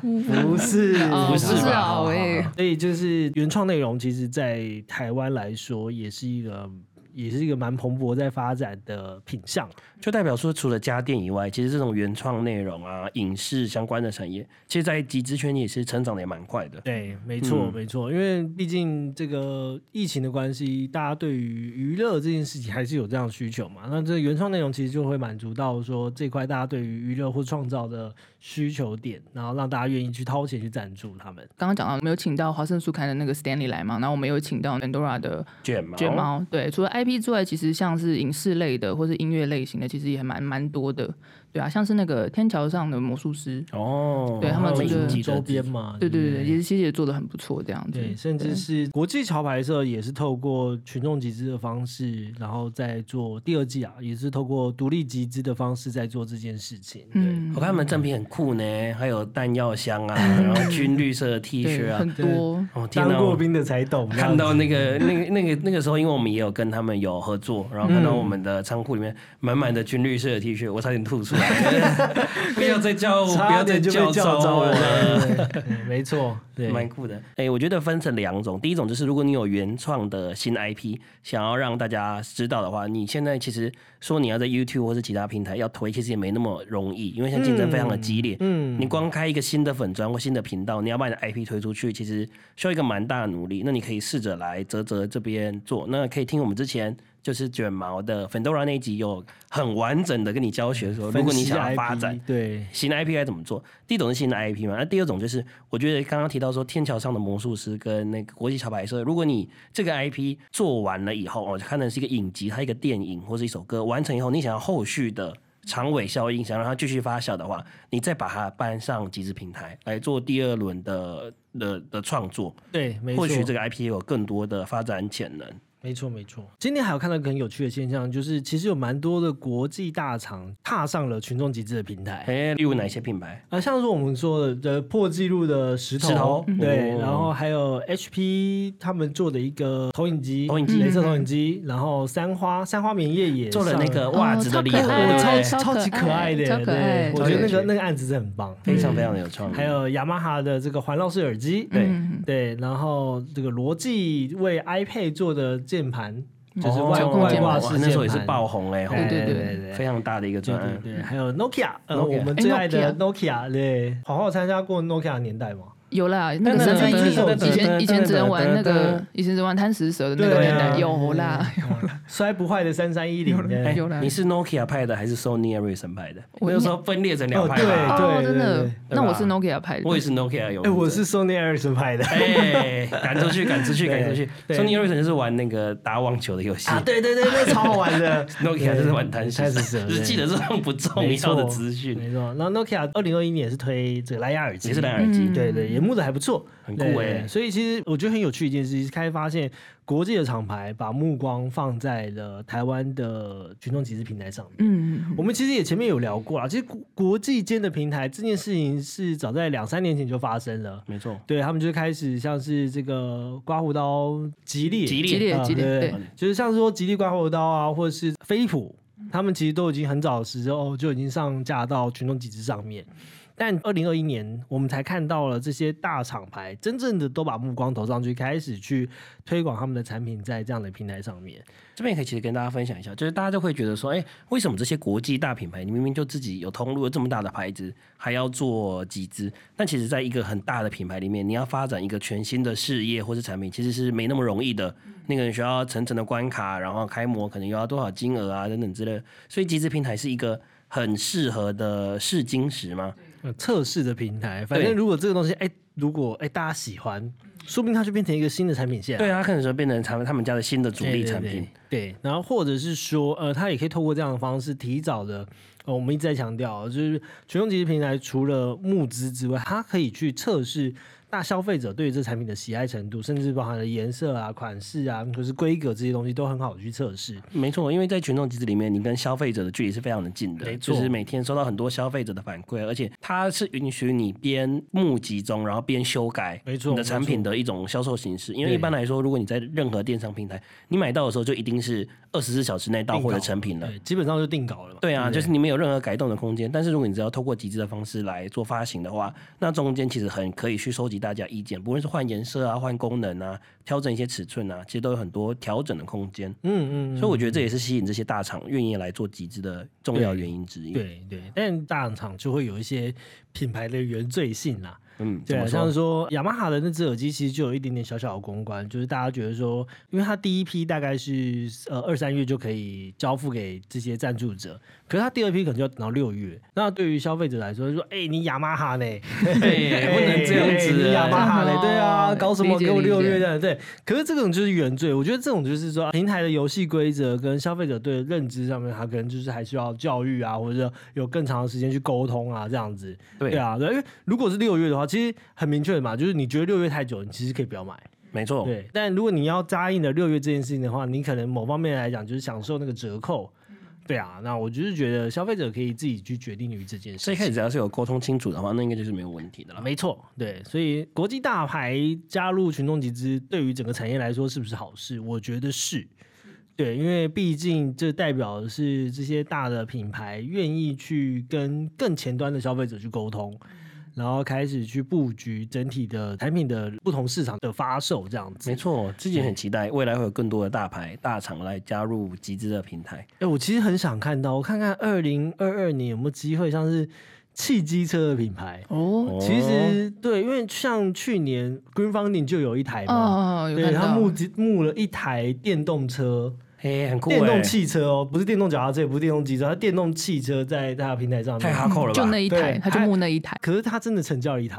[SPEAKER 3] 不是，
[SPEAKER 2] 哦
[SPEAKER 1] 不是
[SPEAKER 2] 啊
[SPEAKER 3] 吧？
[SPEAKER 2] 喂
[SPEAKER 3] 所以就是原创内容，其实在台湾来说也是一个也是一个蛮蓬勃在发展的品项。
[SPEAKER 1] 就代表说，除了家电以外，其实这种原创内容啊、影视相关的产业，其实在集资圈也是成长的也蛮快的。
[SPEAKER 3] 对，没错，
[SPEAKER 1] 嗯
[SPEAKER 3] 没错，因为毕竟这个疫情的关系，大家对于娱乐这件事情还是有这样的需求嘛。那这原创内容其实就会满足到说这块大家对于娱乐或创造的需求点，然后让大家愿意去掏钱去赞助他们。
[SPEAKER 2] 刚刚讲到，我们有请到华盛苏刊的那个 Stanley 来嘛，然后我们有请到 Pandora 的
[SPEAKER 1] 卷毛，
[SPEAKER 2] 卷毛。对，除了 IP 之外，其实像是影视类的或是音乐类型的，其实也蛮蛮多的。对啊，像是那个天桥上的魔术师，
[SPEAKER 1] 哦，
[SPEAKER 2] 对他们这个
[SPEAKER 1] 影集的
[SPEAKER 3] 周边嘛，
[SPEAKER 2] 对对
[SPEAKER 3] 不
[SPEAKER 2] 对对，其实其实也做的很不错，这样子。
[SPEAKER 3] 啊
[SPEAKER 1] 嗯
[SPEAKER 3] 对，甚至是国际潮牌社也是透过群众集资的方式，然后再做第二季啊，也是透过独立集资的方式在做这件事情。对，
[SPEAKER 2] 嗯
[SPEAKER 1] 我，看他们正品很酷呢，还有弹药箱
[SPEAKER 2] [laughs]
[SPEAKER 1] 啊，然后军绿色的 T 恤
[SPEAKER 2] 对，
[SPEAKER 1] 啊
[SPEAKER 2] 很，多。
[SPEAKER 1] 哦天
[SPEAKER 3] 当
[SPEAKER 1] 哪！
[SPEAKER 3] 过
[SPEAKER 1] 我
[SPEAKER 3] 兵的才懂，
[SPEAKER 1] 看到那个、那个、那个、那个时候，因为我们也有跟他们有合作，然后看到我们的仓库里面满满的军绿色的 T 恤，我差点吐出来。 [laughs] 不要再叫，我，哦不
[SPEAKER 3] 差
[SPEAKER 1] 要再
[SPEAKER 3] 点就
[SPEAKER 1] 叫
[SPEAKER 3] 被叫
[SPEAKER 1] 招
[SPEAKER 3] 招
[SPEAKER 1] 我
[SPEAKER 3] 了
[SPEAKER 1] 了。 [laughs]
[SPEAKER 3] 对嗯没错，对，
[SPEAKER 1] 蛮酷的。哎、我觉得分成两种，第一种就是如果你有原创的新 IP，想要让大家知道的话，你现在其实说你要在 YouTube 或是其他平台要推，其实也没那么容易，因为现在竞争非常的激烈。
[SPEAKER 3] 嗯
[SPEAKER 1] 你光开一个新的粉砖或新的频道，你要把你的 IP 推出去，其实需要一个蛮大的努力。那你可以试着来泽泽这边做，那可以听我们之前就是卷毛的 Fedora 那一集有很完整的跟你教学说，如果你想要发展
[SPEAKER 3] 分析 IP，对，
[SPEAKER 1] 新的 IP 该怎么做？第一种是新的 IP 嘛，那第二种就是我觉得刚刚提到说天桥上的魔术师跟那个国际桥牌社，如果你这个 IP 做完了以后，哦，看成是一个影集，它一个电影或是一首歌完成以后，你想要后续的长尾效应，想让它继续发酵的话，你再把它搬上集资平台来做第二轮的的的创作，
[SPEAKER 3] 对，没错，
[SPEAKER 1] 或许这个 IP 有更多的发展潜能。
[SPEAKER 3] 没错没错。今天还有看到一个很有趣的现象，就是其实有蛮多的国际大厂踏上了群众集资的平台。
[SPEAKER 1] 哎，例如哪些品牌？
[SPEAKER 3] 啊，像是我们说的呃破纪录的石头，
[SPEAKER 1] 石头
[SPEAKER 3] 对，
[SPEAKER 1] 嗯
[SPEAKER 3] 然后还有 HP 他们做的一个投影机，
[SPEAKER 1] 投影机嗯
[SPEAKER 3] 镭射投影机，然后三花三花明夜也
[SPEAKER 1] 做了
[SPEAKER 3] 上哎
[SPEAKER 1] 那个哎袜子的
[SPEAKER 2] 哦
[SPEAKER 1] 礼
[SPEAKER 2] 超
[SPEAKER 1] 盒，
[SPEAKER 2] 可爱
[SPEAKER 1] 对不
[SPEAKER 3] 我超
[SPEAKER 1] 对
[SPEAKER 2] 超
[SPEAKER 3] 超级
[SPEAKER 2] 可
[SPEAKER 3] 可
[SPEAKER 2] 爱
[SPEAKER 3] 爱
[SPEAKER 1] 哎
[SPEAKER 3] 的，
[SPEAKER 2] 超可爱
[SPEAKER 3] 对我觉得
[SPEAKER 1] 超有
[SPEAKER 3] 那个
[SPEAKER 1] 趣
[SPEAKER 3] 那个案子真的很棒，
[SPEAKER 1] 非常非常的有创意。
[SPEAKER 3] 嗯还有雅马哈的这个环绕式耳机，
[SPEAKER 1] 对
[SPEAKER 2] 嗯
[SPEAKER 3] 对，然后这个罗技为 iPad 做的键盘，就是
[SPEAKER 1] 哦
[SPEAKER 3] 外
[SPEAKER 2] 中国
[SPEAKER 3] 外
[SPEAKER 2] 键
[SPEAKER 3] 挂
[SPEAKER 2] 盘
[SPEAKER 3] 式键盘，
[SPEAKER 1] 那时候也是爆红哎、
[SPEAKER 3] 哎，
[SPEAKER 1] 欸，
[SPEAKER 2] 对对对
[SPEAKER 3] 对
[SPEAKER 1] 非常大的一个
[SPEAKER 3] 对
[SPEAKER 1] 专
[SPEAKER 3] 对
[SPEAKER 1] 案。
[SPEAKER 3] 对，还有 Nokia，
[SPEAKER 1] 哎
[SPEAKER 3] 呃，
[SPEAKER 1] Nokia
[SPEAKER 3] 我们最爱的 Nokia，对，黄黄有参加过 Nokia 的年代 [laughs] 吗？
[SPEAKER 2] 有啦，那个
[SPEAKER 3] 但
[SPEAKER 2] 三
[SPEAKER 3] 那
[SPEAKER 2] 三
[SPEAKER 3] 个
[SPEAKER 2] 一
[SPEAKER 3] 手机
[SPEAKER 2] 以前以前只能玩那个，以前只玩贪食蛇的那个
[SPEAKER 3] 对
[SPEAKER 2] 年
[SPEAKER 3] 啊
[SPEAKER 2] 代，有啦，
[SPEAKER 3] 摔哦不坏的三三一零，
[SPEAKER 1] 哎
[SPEAKER 3] 对
[SPEAKER 2] 有啦
[SPEAKER 1] 你是 Nokia 派的还是 Sony Ericsson 派的？
[SPEAKER 2] 我
[SPEAKER 1] 那时候分裂成两
[SPEAKER 3] 哦，
[SPEAKER 1] 派
[SPEAKER 3] 对
[SPEAKER 1] 吧。
[SPEAKER 2] 哦，
[SPEAKER 3] 对，
[SPEAKER 2] 真的
[SPEAKER 3] 对，
[SPEAKER 1] 对
[SPEAKER 2] 那我
[SPEAKER 1] 吧
[SPEAKER 2] 是 Nokia 拍的，
[SPEAKER 1] 我也是 Nokia 有。
[SPEAKER 3] 哎，我是 Sony Ericsson 拍的。
[SPEAKER 1] 哎，赶出去，赶出去，
[SPEAKER 3] 对
[SPEAKER 1] 赶出去。
[SPEAKER 3] 对
[SPEAKER 1] Sony Ericsson 就是玩那个打网球的游戏
[SPEAKER 3] 啊，对对对，那超好玩的。
[SPEAKER 1] [laughs] ，Nokia 就是玩贪
[SPEAKER 3] 贪食蛇
[SPEAKER 1] 就是 [laughs] 记得这种不重
[SPEAKER 3] 没
[SPEAKER 1] 要
[SPEAKER 3] 错
[SPEAKER 1] 的资讯。
[SPEAKER 3] 没错，然后 Nokia 二零二一年是推这个蓝牙耳机，嗯
[SPEAKER 1] 也是蓝牙耳机，
[SPEAKER 3] 对对，也募的还不错，
[SPEAKER 1] 很酷
[SPEAKER 3] 对
[SPEAKER 1] 哎
[SPEAKER 3] 所以其实我觉得很有趣一件事，是开发现国际的厂牌把目光放在了台湾的群众集资平台上面。
[SPEAKER 2] 嗯，
[SPEAKER 3] 我们其实也前面有聊过啊，其实国国际间的平台这件事情是早在两三年前就发生了。
[SPEAKER 1] 没错。
[SPEAKER 3] 对他们就开始像是这个刮胡刀吉利，
[SPEAKER 1] 吉
[SPEAKER 2] 激
[SPEAKER 1] 利
[SPEAKER 2] 烈
[SPEAKER 3] 啊
[SPEAKER 2] 激烈，
[SPEAKER 3] 对
[SPEAKER 2] 对，
[SPEAKER 3] 就是像是说吉利刮胡刀啊，或者是飞利浦，他们其实都已经很早的时候就已经上架到群众集资上面。但二零二一年，我们才看到了这些大厂牌真正的都把目光投上去，开始去推广他们的产品在这样的平台上面。
[SPEAKER 1] 这边也可以其实跟大家分享一下，就是大家就会觉得说，哎、为什么这些国际大品牌，你明明就自己有通路有这么大的牌子，还要做集资？但其实，在一个很大的品牌里面，你要发展一个全新的事业或是产品，其实是没那么容易的。
[SPEAKER 3] 嗯
[SPEAKER 1] 那个人需要层层的关卡，然后开模可能又要多少金额啊等等之类的，所以集资平台是一个很适合的试金石嘛。
[SPEAKER 3] 呃测试的平台，反
[SPEAKER 1] 对
[SPEAKER 3] 正如果这个东西，哎、如果哎、大家喜欢，说不定它就变成一个新的产品线啊、
[SPEAKER 1] 对啊，它可能说变成他们他们家的新的主
[SPEAKER 3] 对
[SPEAKER 1] 力
[SPEAKER 3] 对
[SPEAKER 1] 产品。
[SPEAKER 3] 对对，然后或者是说，呃，他也可以透过这样的方式，提早的，呃，我们一直在强调，就是群众集资平台除了募资之外，它可以去测试大消费者对于这产品的喜爱程度，甚至包含了颜色啊、款式啊，或是规格这些东西都很好去测试。
[SPEAKER 1] 没错，因为在群众集资里面，你跟消费者的距离是非常的近的，
[SPEAKER 3] 没错
[SPEAKER 1] 就是每天收到很多消费者的反馈，而且它是允许你边募集中，然后边修改
[SPEAKER 3] 没错
[SPEAKER 1] 你的产
[SPEAKER 3] 没
[SPEAKER 1] 品
[SPEAKER 3] 错
[SPEAKER 1] 的一种销售形式。因为
[SPEAKER 3] 对
[SPEAKER 1] 一般来说，如果你在任何电商平台，你买到的时候就一定是二十四小时内到货的成品了。
[SPEAKER 3] 对，基本上就定稿了嘛。
[SPEAKER 1] 对啊，
[SPEAKER 3] 不
[SPEAKER 1] 就是你没有任何改动的空间。但是如果你只要透过集资的方式来做发行的话，那中间其实很可以去收集大家意见，不论是换颜色啊、换功能啊、调整一些尺寸啊，其实都有很多调整的空间。
[SPEAKER 3] 嗯嗯，
[SPEAKER 1] 所以我觉得
[SPEAKER 3] 得
[SPEAKER 1] 这也是吸引这些大厂愿意来做集资的重要原因之一。，
[SPEAKER 3] 对对，但大厂就会有一些品牌的原罪性啦。
[SPEAKER 1] 嗯，
[SPEAKER 3] 对
[SPEAKER 1] 怎
[SPEAKER 3] 啊，
[SPEAKER 1] 么
[SPEAKER 3] 像
[SPEAKER 1] 说
[SPEAKER 3] 是？说雅马哈的那只耳机，其实就有一点点小小的公关，就是大家觉得说，因为它第一批大概是呃二三月就可以交付给这些赞助者，可是它第二批可能就要等到六月。那对于消费者来说，就说哎、你雅马哈呢？
[SPEAKER 1] [laughs] 哎不能这样
[SPEAKER 3] 哎
[SPEAKER 1] 子
[SPEAKER 3] 你雅马哈嘞，
[SPEAKER 2] 哦
[SPEAKER 3] 对啊，搞什么
[SPEAKER 2] 理解
[SPEAKER 3] 给我
[SPEAKER 2] 理解
[SPEAKER 3] 六月的？对，可是这种就是原罪，我觉得这种就是说平台的游戏规则跟消费者对的认知上面，他可能就是还需要教育啊，或者有更长的时间去沟通啊，这样子。
[SPEAKER 1] 对
[SPEAKER 3] 对啊，对，因为如果是六月的话，其实很明确的嘛，就是你觉得六月太久，你其实可以不要买。
[SPEAKER 1] 没错，
[SPEAKER 3] 对，但如果你要答应了六月这件事情的话，你可能某方面来讲就是享受那个折扣。
[SPEAKER 1] 嗯
[SPEAKER 3] 对啊，那我就是觉得消费者可以自己去决定于这件
[SPEAKER 1] 所
[SPEAKER 3] 事
[SPEAKER 1] 以一开
[SPEAKER 3] 情。
[SPEAKER 1] 始只要是有沟通清楚的话，那应该就是没有问题的啦。
[SPEAKER 3] 没错，对，所以国际大牌加入群众集资，对于整个产业来说是不是好事？我觉得是，对，因为毕竟这代表的是这些大的品牌愿意去跟更前端的消费者去沟通，然后开始去布局整体的产品的不同市场的发售，这样子。
[SPEAKER 1] 没错，自己很期待未来会有更多的大牌大厂来加入集资的平台。
[SPEAKER 3] 哎、我其实很想看到，我看看二零二二年有没有机会，像是汽机车的品牌。
[SPEAKER 2] 哦
[SPEAKER 1] 哦
[SPEAKER 3] 其实对，因为像去年 Green Funding 就有一台嘛，
[SPEAKER 2] 哦，有
[SPEAKER 3] 对，
[SPEAKER 2] 看
[SPEAKER 3] 他
[SPEAKER 2] 到
[SPEAKER 3] 募集募了一台电动车、
[SPEAKER 1] 嘿，很酷
[SPEAKER 3] 电动
[SPEAKER 1] 哎，
[SPEAKER 3] 汽车哦，不是电动脚踏车，也不是电动机车，它电动汽车在它的平台上
[SPEAKER 1] 太
[SPEAKER 3] 面。
[SPEAKER 1] 哈扣了
[SPEAKER 2] 嗯就
[SPEAKER 1] 吧
[SPEAKER 2] 那？一台，
[SPEAKER 3] 对
[SPEAKER 2] 他就募那一台。
[SPEAKER 3] 可是它真的成交了一台，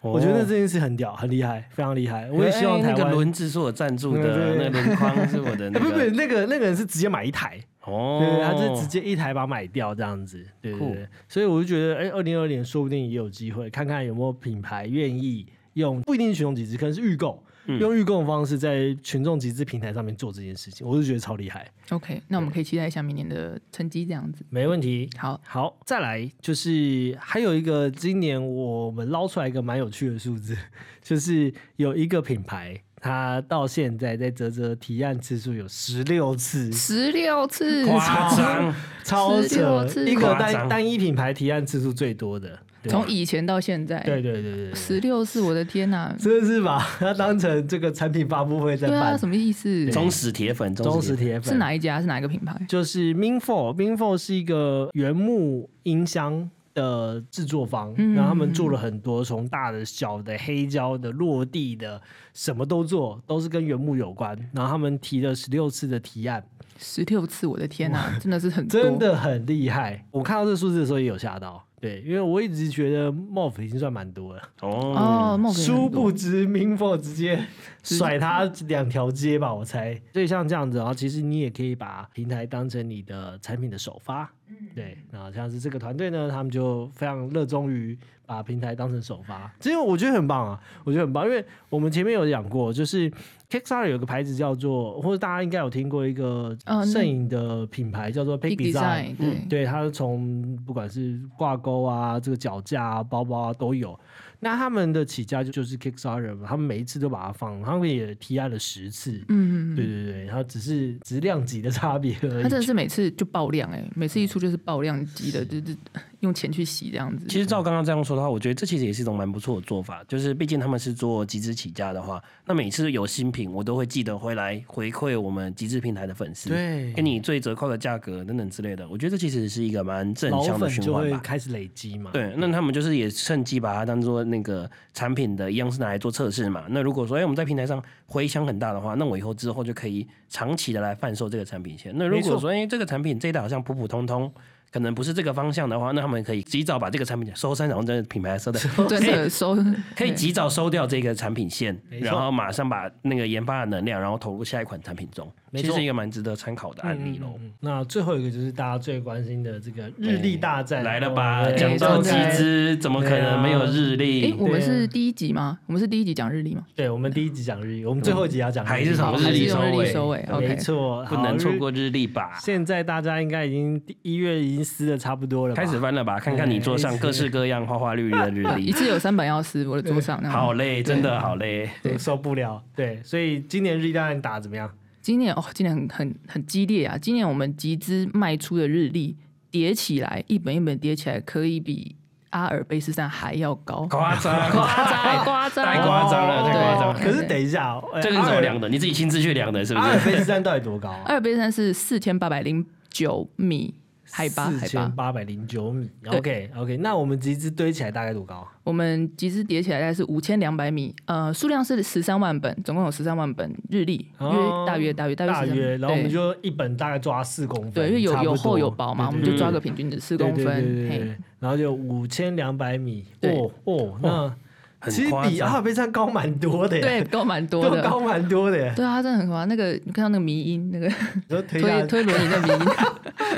[SPEAKER 1] 哦
[SPEAKER 3] 我觉得这件事很屌，很厉害，非常厉害。我也希望
[SPEAKER 1] 哎
[SPEAKER 3] 台
[SPEAKER 1] 那个
[SPEAKER 3] 湾。
[SPEAKER 1] 轮子是我赞助
[SPEAKER 3] 嗯
[SPEAKER 1] 的，
[SPEAKER 3] 对
[SPEAKER 1] 那个轮框是我 [laughs] 的
[SPEAKER 3] 哎
[SPEAKER 1] 那
[SPEAKER 3] 不不，
[SPEAKER 1] 个。
[SPEAKER 3] 那个那个人是直接买一台，
[SPEAKER 1] 哦，
[SPEAKER 3] 对，他就直接一台把它买掉这样子，对对
[SPEAKER 1] 酷
[SPEAKER 3] 对，所以我就觉得，哎，二零二年说不定也有机会，看看有没有品牌愿意用，不一定是群众集资，可能是预购，
[SPEAKER 1] 嗯
[SPEAKER 3] 用预购的方式在群众集资平台上面做这件事情，我就觉得超厉害，
[SPEAKER 2] OK，那我们可以期待一下明年的成绩这样子。
[SPEAKER 3] 没问题。
[SPEAKER 2] 好，
[SPEAKER 3] 好，再来就是还有一个，今年我们捞出来一个蛮有趣的数字， [laughs] 就是有一个品牌，它到现在在泽泽提案次数有十六次，
[SPEAKER 2] 十六次，
[SPEAKER 1] 夸 [laughs] 张，
[SPEAKER 3] 超
[SPEAKER 2] 16，
[SPEAKER 3] 扯
[SPEAKER 2] 次
[SPEAKER 3] 一个
[SPEAKER 1] 夸
[SPEAKER 3] 单
[SPEAKER 1] 张
[SPEAKER 3] 单一品牌提案次数最多的，
[SPEAKER 2] [laughs]
[SPEAKER 3] 对
[SPEAKER 2] 从以前到现在，
[SPEAKER 3] 对对对对对，
[SPEAKER 2] 十六次，我的天呐、
[SPEAKER 3] 真的是把它当成这个产品发布会在
[SPEAKER 2] 对啊，
[SPEAKER 3] 办，
[SPEAKER 2] 什么意思？
[SPEAKER 1] 忠实铁粉，
[SPEAKER 3] 忠
[SPEAKER 1] 忠
[SPEAKER 3] 实
[SPEAKER 1] 实铁
[SPEAKER 3] 铁粉
[SPEAKER 2] 是？哪一家？是哪一个品牌？
[SPEAKER 3] 就是 Minfo，Minfo 是一个原木音箱。的制作方，
[SPEAKER 2] 嗯
[SPEAKER 3] 然后他们做了很多，从大的、小的、黑胶的、落地的，什么都做，都是跟原木有关。然后他们提了十六次的提案，
[SPEAKER 2] 十六次，我的天呐、真的是很多，
[SPEAKER 3] 真的很厉害。我看到这数字的时候也有吓到，对，因为我一直觉得 MOF 已经算蛮多了。
[SPEAKER 1] 粉哦，
[SPEAKER 2] 哦。梦可以
[SPEAKER 3] 殊
[SPEAKER 2] 很多
[SPEAKER 3] 不知 Minfo 直接甩他两条街吧，
[SPEAKER 2] 嗯
[SPEAKER 3] 我猜。所以像这样子，然后其实你也可以把平台当成你的产品的首发，
[SPEAKER 2] 嗯
[SPEAKER 3] 对。然后像是这个团队呢，他们就非常热衷于把平台当成首发，这个我觉得很棒啊，我觉得很棒，因为我们前面有讲过，就是 Kickstarter 有个牌子叫做，或者大家应该有听过一个
[SPEAKER 2] 嗯那
[SPEAKER 3] 摄影的品牌叫做
[SPEAKER 2] Big
[SPEAKER 3] Big Design，
[SPEAKER 2] Design，对，嗯
[SPEAKER 3] 对，它是从不管是挂钩啊、这个脚架啊、包包啊都有。那他们的起家就就是 Kickstarter，嘛他们每一次都把它放，他们也提案了十次。
[SPEAKER 2] 嗯，
[SPEAKER 3] 对对对，它只是质量级的差别而
[SPEAKER 2] 它
[SPEAKER 3] 已。
[SPEAKER 2] 真的是每次就爆量哎、每次一出就是爆量级的，就是用钱去洗这样子。
[SPEAKER 1] 其实照刚刚这样说的话，我觉得这其实也是一种蛮不错的做法。就是毕竟他们是做集资起家的话，那每次有新品，我都会记得回来回馈我们集资平台的粉丝，
[SPEAKER 3] 对
[SPEAKER 1] 给你最折扣的价格等等之类的。我觉得这其实是一个蛮正
[SPEAKER 3] 老
[SPEAKER 1] 向的
[SPEAKER 3] 粉
[SPEAKER 1] 循
[SPEAKER 3] 就
[SPEAKER 1] 环
[SPEAKER 3] 会
[SPEAKER 1] 吧。
[SPEAKER 3] 开始累积嘛。嗯
[SPEAKER 1] 对，那他们就是也趁机把它当做那个产品的一样是拿来做测试嘛。那如果说哎、我们在平台上回响很大的话，那我以后之后就可以长期的来贩售这个产品线。那如
[SPEAKER 3] 没错
[SPEAKER 1] 果说哎、这个产品这一代好像普普通通。可能不是这个方向的话，那他们可以及早把这个产品收山，然后这个品牌收的，
[SPEAKER 2] 真的收
[SPEAKER 1] [laughs] 可以及早收掉这个产品线，
[SPEAKER 3] 没错
[SPEAKER 1] 然后马上把那个研发的能量，然后投入下一款产品中，
[SPEAKER 3] 没
[SPEAKER 1] 其
[SPEAKER 3] 错
[SPEAKER 1] 实是一个蛮值得参考的案例喽。
[SPEAKER 3] 嗯那最后一个就是大家最关心的这个日历大战
[SPEAKER 1] 哎
[SPEAKER 3] 哦
[SPEAKER 1] 来了吧，
[SPEAKER 3] 嗯对
[SPEAKER 1] 讲到集
[SPEAKER 2] 对
[SPEAKER 1] 资，怎么可能没有日
[SPEAKER 2] 哎、
[SPEAKER 1] 历？
[SPEAKER 2] 我们
[SPEAKER 3] 对啊
[SPEAKER 2] 是第一集吗？我们是第一集讲日历吗？
[SPEAKER 3] 对，我们第一集讲日历，我们最后一集要讲
[SPEAKER 1] 还是从
[SPEAKER 2] 好，
[SPEAKER 1] 日
[SPEAKER 2] 还是
[SPEAKER 1] 历
[SPEAKER 2] 用日
[SPEAKER 1] 收
[SPEAKER 2] 历
[SPEAKER 1] 尾
[SPEAKER 2] 收尾
[SPEAKER 3] 没
[SPEAKER 2] ？OK，
[SPEAKER 3] 错，
[SPEAKER 1] 不
[SPEAKER 3] 好
[SPEAKER 1] 能错。
[SPEAKER 3] 日
[SPEAKER 1] 过日历
[SPEAKER 2] 啊
[SPEAKER 1] 吧？
[SPEAKER 3] 现在大家应该已经一月已经撕的差不多了吧，
[SPEAKER 1] 开始翻了吧，看看你桌上各式各样花花绿绿的日
[SPEAKER 2] 一 [laughs]
[SPEAKER 1] 历，
[SPEAKER 2] 次有三本要撕，我的桌上那种
[SPEAKER 1] 好累，真的好累。
[SPEAKER 2] 嗯对
[SPEAKER 3] 受不了。对，所以今年日历大战打怎么样？
[SPEAKER 2] 今年哦，今年很很很激烈啊！今年我们集资卖出的日历叠起来，一本一本叠起来，可以比阿尔卑斯山还要高。
[SPEAKER 1] 夸张，哎
[SPEAKER 2] 夸张，夸张，
[SPEAKER 1] 太夸张了太夸张了
[SPEAKER 2] 对
[SPEAKER 3] 可是等一下哦，哎
[SPEAKER 1] 这个是怎么量的？你自己亲自去量的，是不
[SPEAKER 3] 阿尔阿尔
[SPEAKER 1] 是？
[SPEAKER 3] 卑斯山到底多高啊？
[SPEAKER 2] 阿尔卑斯山是四千八百零九米 [laughs] 海拔，
[SPEAKER 3] 四
[SPEAKER 2] 海拔
[SPEAKER 3] 千。八百零九米。
[SPEAKER 2] 对
[SPEAKER 3] OK OK，那我们集资堆起来大概多高啊？
[SPEAKER 2] 我们集资叠起来大概是五千两百米，呃，数量是十三万本，总共有十三万本日历，
[SPEAKER 3] 哦
[SPEAKER 2] 约大约大约大约
[SPEAKER 3] 大
[SPEAKER 2] 13
[SPEAKER 3] 约，然后我们
[SPEAKER 2] 对
[SPEAKER 3] 就一本大概抓四公分，
[SPEAKER 2] 对，因为有
[SPEAKER 3] 差不
[SPEAKER 2] 有
[SPEAKER 3] 多
[SPEAKER 2] 厚有薄嘛，我
[SPEAKER 3] 对
[SPEAKER 2] 们
[SPEAKER 3] 对
[SPEAKER 2] 就抓个平均值四
[SPEAKER 3] 对
[SPEAKER 2] 公
[SPEAKER 3] 对对对
[SPEAKER 2] 分。
[SPEAKER 3] 对
[SPEAKER 2] 嘿，
[SPEAKER 3] 对然后就五千两百米，
[SPEAKER 2] 对
[SPEAKER 3] 哦哦，那
[SPEAKER 1] 很
[SPEAKER 3] 其实
[SPEAKER 1] 夸
[SPEAKER 3] 比
[SPEAKER 1] 张
[SPEAKER 3] 阿尔卑斯山高蛮多的耶，
[SPEAKER 2] 对，够蛮多
[SPEAKER 3] 啊都
[SPEAKER 2] 的。
[SPEAKER 3] 高蛮多的耶，
[SPEAKER 2] 对啊，真的很夸张。那个你看到那个迷音，那个
[SPEAKER 3] 然后推
[SPEAKER 2] 推
[SPEAKER 3] 下
[SPEAKER 2] 推轮椅的迷
[SPEAKER 3] [laughs]
[SPEAKER 2] 音，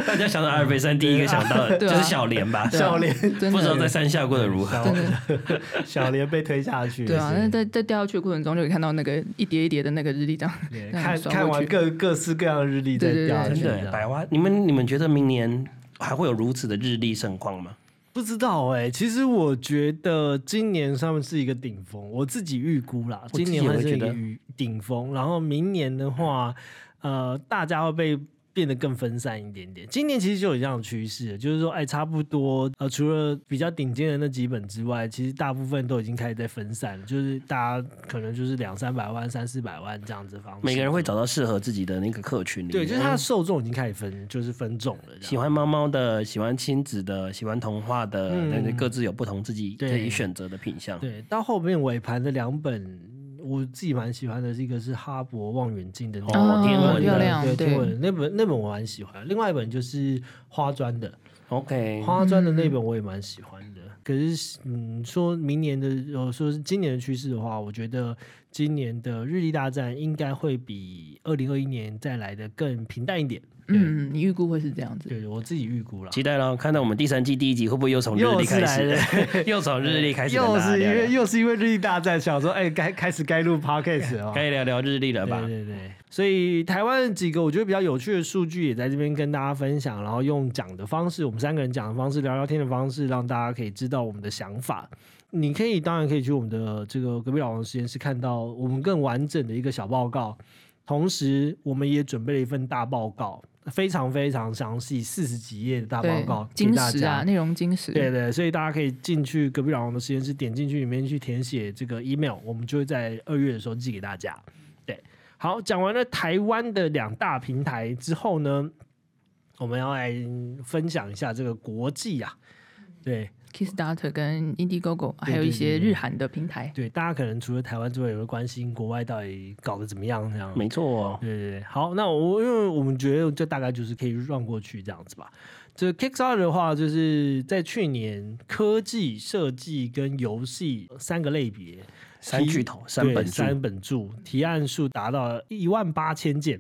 [SPEAKER 1] 大家想到阿尔卑斯山，第一个想到的就
[SPEAKER 2] 对啊
[SPEAKER 1] 是小莲
[SPEAKER 3] [laughs]
[SPEAKER 1] 吧？
[SPEAKER 2] 对啊
[SPEAKER 3] 小莲，
[SPEAKER 2] 真
[SPEAKER 1] 不知道在
[SPEAKER 2] 的
[SPEAKER 1] 山下过得如何。
[SPEAKER 3] 小 [laughs] 小莲被推下去，
[SPEAKER 2] 对啊。
[SPEAKER 3] 是
[SPEAKER 2] 那在在掉下去的过程中，就可以看到那个一叠一叠的那个日历这样。
[SPEAKER 3] 对
[SPEAKER 2] 那
[SPEAKER 3] 看
[SPEAKER 2] 刷过
[SPEAKER 3] 看完
[SPEAKER 2] 去
[SPEAKER 3] 各各式各样的日历再
[SPEAKER 2] 对对对
[SPEAKER 3] 掉下去啊
[SPEAKER 1] 真
[SPEAKER 3] 这
[SPEAKER 1] 的
[SPEAKER 3] 样，
[SPEAKER 1] 百花，你们你们觉得明年还会有如此的日历盛况吗？
[SPEAKER 3] 不知道哎、其实我觉得今年他们是一个顶峰，我自己预估啦，
[SPEAKER 1] 我自
[SPEAKER 3] 今
[SPEAKER 1] 己
[SPEAKER 3] 年
[SPEAKER 1] 也
[SPEAKER 3] 会
[SPEAKER 1] 会
[SPEAKER 3] 是一
[SPEAKER 1] 觉
[SPEAKER 3] 个
[SPEAKER 1] 得
[SPEAKER 3] 雨顶峰，然后明年的话，呃，大家会被。变得更分散一点点。今年其实就有这样的趋势了，就是说，哎，差不多，呃，除了比较顶尖的那几本之外，其实大部分都已经开始在分散了，就是大家可能就是两三百万、三四百万这样子的方式。
[SPEAKER 1] 每个人会找到适合自己的那个客群里面。
[SPEAKER 3] 对，就是
[SPEAKER 2] 嗯
[SPEAKER 3] 他的受众已经开始分，就是分众了这
[SPEAKER 1] 喜
[SPEAKER 3] 样。
[SPEAKER 1] 欢猫猫的，喜欢亲子的，喜欢童话的，
[SPEAKER 3] 嗯
[SPEAKER 1] 那、就各自有不同自己
[SPEAKER 3] 对
[SPEAKER 1] 可以选择的品相。
[SPEAKER 3] 对，到后面尾盘的两本，我自己蛮喜欢的，一个是《哈勃望远镜》的那个
[SPEAKER 1] 哦天文的
[SPEAKER 2] 漂亮，
[SPEAKER 3] 对天
[SPEAKER 2] 对
[SPEAKER 3] 文那本那本我蛮喜欢，另外一本就是花砖的，
[SPEAKER 1] OK，
[SPEAKER 3] 花砖的
[SPEAKER 2] 嗯
[SPEAKER 3] 那本我也蛮喜欢的。可是，嗯，说明年的，呃，说是今年的趋势的话，我觉得今年的日历大战应该会比二零二一年再来的更平淡一点。
[SPEAKER 2] 嗯，你预估会是这样子。
[SPEAKER 3] 对，我自己预估了。
[SPEAKER 1] 期待咯，看到我们第三季第一集会不会又从日
[SPEAKER 3] 啊又
[SPEAKER 1] 历
[SPEAKER 3] 是
[SPEAKER 1] 开
[SPEAKER 3] 来了
[SPEAKER 1] 始？， [laughs] 又从日历开始跟
[SPEAKER 3] 又
[SPEAKER 1] 大家
[SPEAKER 3] 是因
[SPEAKER 1] 聊
[SPEAKER 3] 为
[SPEAKER 1] 聊，
[SPEAKER 3] 又是因为日历大战，想说，哎，该开始该录 podcast 了哦。
[SPEAKER 1] 该聊聊日历了吧？
[SPEAKER 3] 对对对，所以台湾几个我觉得比较有趣的数据也在这边跟大家分享，然后用讲的方式，我们三个人讲的方式，聊聊天的方式，让大家可以知道我们的想法。你可以当然可以去我们的这个隔壁老王实验室看到我们更完整的一个小报告，同时我们也准备了一份大报告，非常非常详细，四十几页的大报
[SPEAKER 2] 对
[SPEAKER 3] 告，给
[SPEAKER 2] 金
[SPEAKER 3] 大
[SPEAKER 2] 石
[SPEAKER 3] 家
[SPEAKER 2] 啊，。内容金石。
[SPEAKER 3] 对对，所以大家可以进去隔壁老王的实验室，点进去里面去填写这个 email，我们就会在二月的时候寄给大家。对，好，讲完了台湾的两大平台之后呢，我们要来分享一下这个国际啊，对
[SPEAKER 2] Kickstarter 跟 Indiegogo，
[SPEAKER 3] 对
[SPEAKER 2] 还有一些
[SPEAKER 3] 对对
[SPEAKER 2] 日韩的平台。
[SPEAKER 3] 对，大家可能除了台湾之外，也会关心国外到底搞得怎么样这样。
[SPEAKER 1] 没错、哦，
[SPEAKER 3] 对对对，好，那我因为我们觉得这大概就是可以绕过去这样子吧。这 Kickstarter 的话，就是在去年科技、设计跟游戏三个类别，
[SPEAKER 1] 三巨头，三
[SPEAKER 3] 对
[SPEAKER 1] 本柱，
[SPEAKER 3] 三本柱提案数达到一万八千件，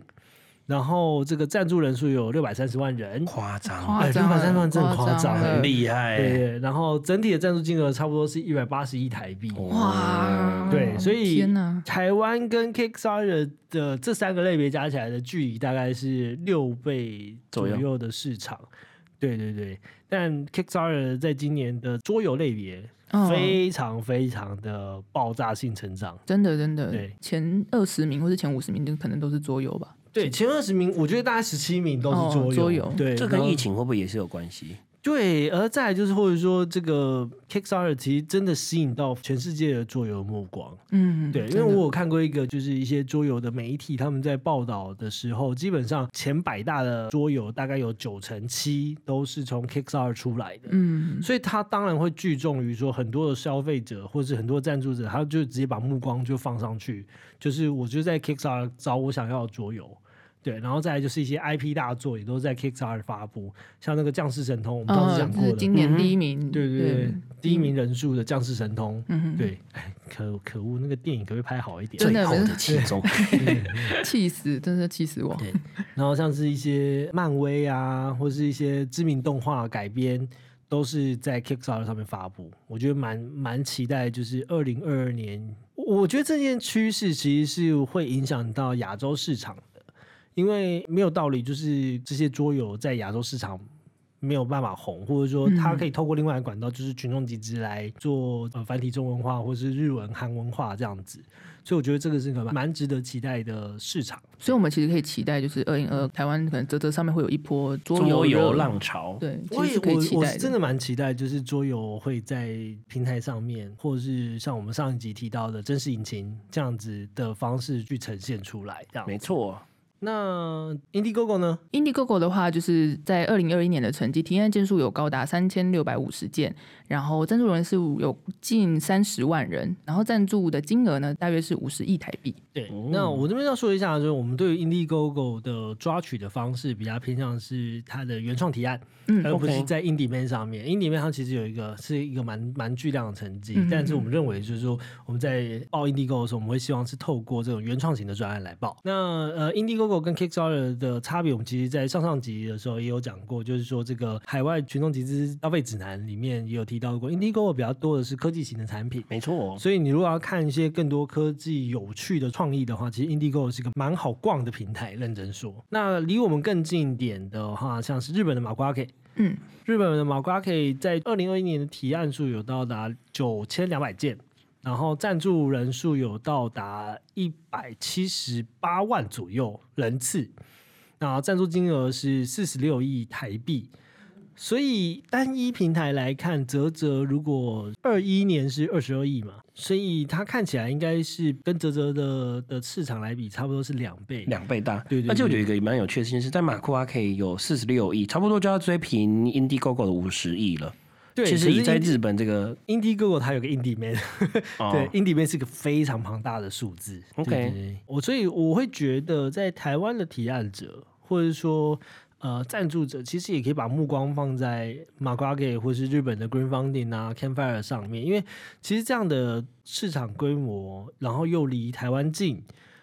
[SPEAKER 3] 然后这个赞助人数有六百三十万人，
[SPEAKER 1] 夸张，
[SPEAKER 2] 夸张了，
[SPEAKER 3] 哎630万真的夸张
[SPEAKER 2] 了
[SPEAKER 3] 哎
[SPEAKER 1] 很厉害、
[SPEAKER 3] 对对，然后整体的赞助金额差不多是一百八十亿台币。
[SPEAKER 1] 哦
[SPEAKER 2] 哇！
[SPEAKER 3] 对所以
[SPEAKER 2] 天哪，
[SPEAKER 3] 台湾跟 Kickstarter 的这三个类别加起来的距离大概是六倍左
[SPEAKER 1] 左
[SPEAKER 3] 右的市场。对对对，但 Kickstarter 在今年的桌游类别
[SPEAKER 2] 嗯
[SPEAKER 3] 非常非常的爆炸性成长。
[SPEAKER 2] 真的真的
[SPEAKER 3] 对，
[SPEAKER 2] 前二十名或是前五十名，就可能都是桌游吧。
[SPEAKER 3] 对，前二十名，我觉得大概十七名都
[SPEAKER 2] 哦
[SPEAKER 3] 是桌游。
[SPEAKER 2] 桌游
[SPEAKER 3] 对，
[SPEAKER 1] 这跟
[SPEAKER 3] 然后
[SPEAKER 1] 疫情会不会也是有关系？
[SPEAKER 3] 对，而再来就是或者说这个 Kickstarter 其实真的吸引到全世界的桌游目光。
[SPEAKER 2] 嗯，
[SPEAKER 3] 对，因
[SPEAKER 2] 真
[SPEAKER 3] 为
[SPEAKER 2] 的
[SPEAKER 3] 我有看过一个，就是一些桌游的媒体，他们在报道的时候，基本上前百大的桌游大概有九成七都是从 Kickstarter 出来的，
[SPEAKER 2] 嗯，
[SPEAKER 3] 所以它当然会聚众于说很多的消费者或是很多赞助者，他就直接把目光就放上去，就是我就在 Kickstarter 找我想要的桌游。对，然后再来就是一些 IP 大作也都在 Kickstarter 发布，像那个《降世神通》，我们上次
[SPEAKER 2] 呃
[SPEAKER 3] 讲，
[SPEAKER 2] 这
[SPEAKER 3] 过
[SPEAKER 2] 是
[SPEAKER 3] 的，
[SPEAKER 2] 今年第一名，
[SPEAKER 3] 对对对，第一名人数的《降世神通》，
[SPEAKER 2] 嗯哼，
[SPEAKER 3] 对， [laughs] 哎，可可恶，那个电影可不可以拍好一点？
[SPEAKER 2] 真
[SPEAKER 1] 最
[SPEAKER 2] 的
[SPEAKER 1] 后的其
[SPEAKER 3] [laughs]
[SPEAKER 1] 中，
[SPEAKER 2] 气死，真的气死我。
[SPEAKER 3] 对，然后像是一些漫威啊，或是一些知名动画改编，都是在 Kickstarter 上面发布。我觉得蛮蛮期待，就是二零二二年，我我觉得这件趋势其实是会影响到亚洲市场的，因为没有道理，就是这些桌游在亚洲市场没有办法红，或者说它可以透过另外的管道，就是群众集资来做呃繁体中文化或是日文、韩文化这样子。所以我觉得这个是个蛮值得期待的市场。
[SPEAKER 2] 所以我们其实可以期待，就是二零二台湾可能泽泽上面会有一波桌
[SPEAKER 1] 桌
[SPEAKER 2] 游
[SPEAKER 1] 游
[SPEAKER 2] 热
[SPEAKER 1] 浪潮，
[SPEAKER 2] 对，其
[SPEAKER 3] 我
[SPEAKER 2] 实
[SPEAKER 3] 也
[SPEAKER 2] 是可以
[SPEAKER 3] 我
[SPEAKER 2] 期
[SPEAKER 3] 我
[SPEAKER 2] 待
[SPEAKER 3] 是真的蛮期待，就是桌游会在平台上面，或者是像我们上一集提到的真实引擎这样子的方式去呈现出来。这样
[SPEAKER 1] 没错，
[SPEAKER 3] 那 Indiegogo 呢？
[SPEAKER 2] Indiegogo 的话，就是在二零二一年的成绩，提案件数有高达三千六百五十件，然后赞助人数有近三十万人，然后赞助的金额呢，大约是五十亿台币。
[SPEAKER 3] 对，那我这边要说一下，就是我们对于 Indiegogo 的抓取的方式比较偏向是它的原创提案，
[SPEAKER 2] 嗯
[SPEAKER 3] 而不是
[SPEAKER 1] OK
[SPEAKER 3] 在 Indie Man 上面。Indie Man 它其实有一个是一个蛮蛮巨量的成绩，
[SPEAKER 2] 嗯
[SPEAKER 3] 但是我们认为就是说我们在报 Indiegogo 的时候，我们会希望是透过这种原创型的专案来报。那呃，Indiegogo 跟 Kickstarter 的差别，我们其实在上上集的时候也有讲过，就是说这个海外群众集资消费指南里面也有提到过，Indiegogo 比较多的是科技型的产品。
[SPEAKER 1] 没错，哦
[SPEAKER 3] 所以你如果要看一些更多科技有趣的创意的话，其实 Indigo 是一个蛮好逛的平台。认真说，那离我们更近一点的话，像是日本的马瓜 K，
[SPEAKER 2] 嗯，
[SPEAKER 3] 日本的马瓜 K 在二零二一年的提案数有到达九千两百件，然后赞助人数有到达一百七十八万左右人次，那赞助金额是四十六亿台币。所以单一平台来看，泽泽如果二一年是二十二亿嘛，所以它看起来应该是跟泽泽的的市场来比，差不多是两倍。
[SPEAKER 1] 两倍大。
[SPEAKER 3] 对对对
[SPEAKER 1] 而且我觉得有一个蛮有趣的事情是，在马库阿可以有四十六亿，差不多就要追平 Indiegogo 的五十亿了。
[SPEAKER 3] 对，
[SPEAKER 1] 其实
[SPEAKER 3] 可是
[SPEAKER 1] 以在
[SPEAKER 3] Indi-
[SPEAKER 1] 日本这个，
[SPEAKER 3] Indiegogo 它有个 Indie Man，、
[SPEAKER 1] 哦
[SPEAKER 3] [laughs] 对，Indie Man 是个非常庞大的数字。
[SPEAKER 1] OK
[SPEAKER 3] 对对对我所以我会觉得在台湾的提案者，或者说。呃，赞助者其实也可以把目光放在马瓜给或是日本的 Green Funding 啊、Campfire 上面，因为其实这样的市场规模，然后又离台湾近，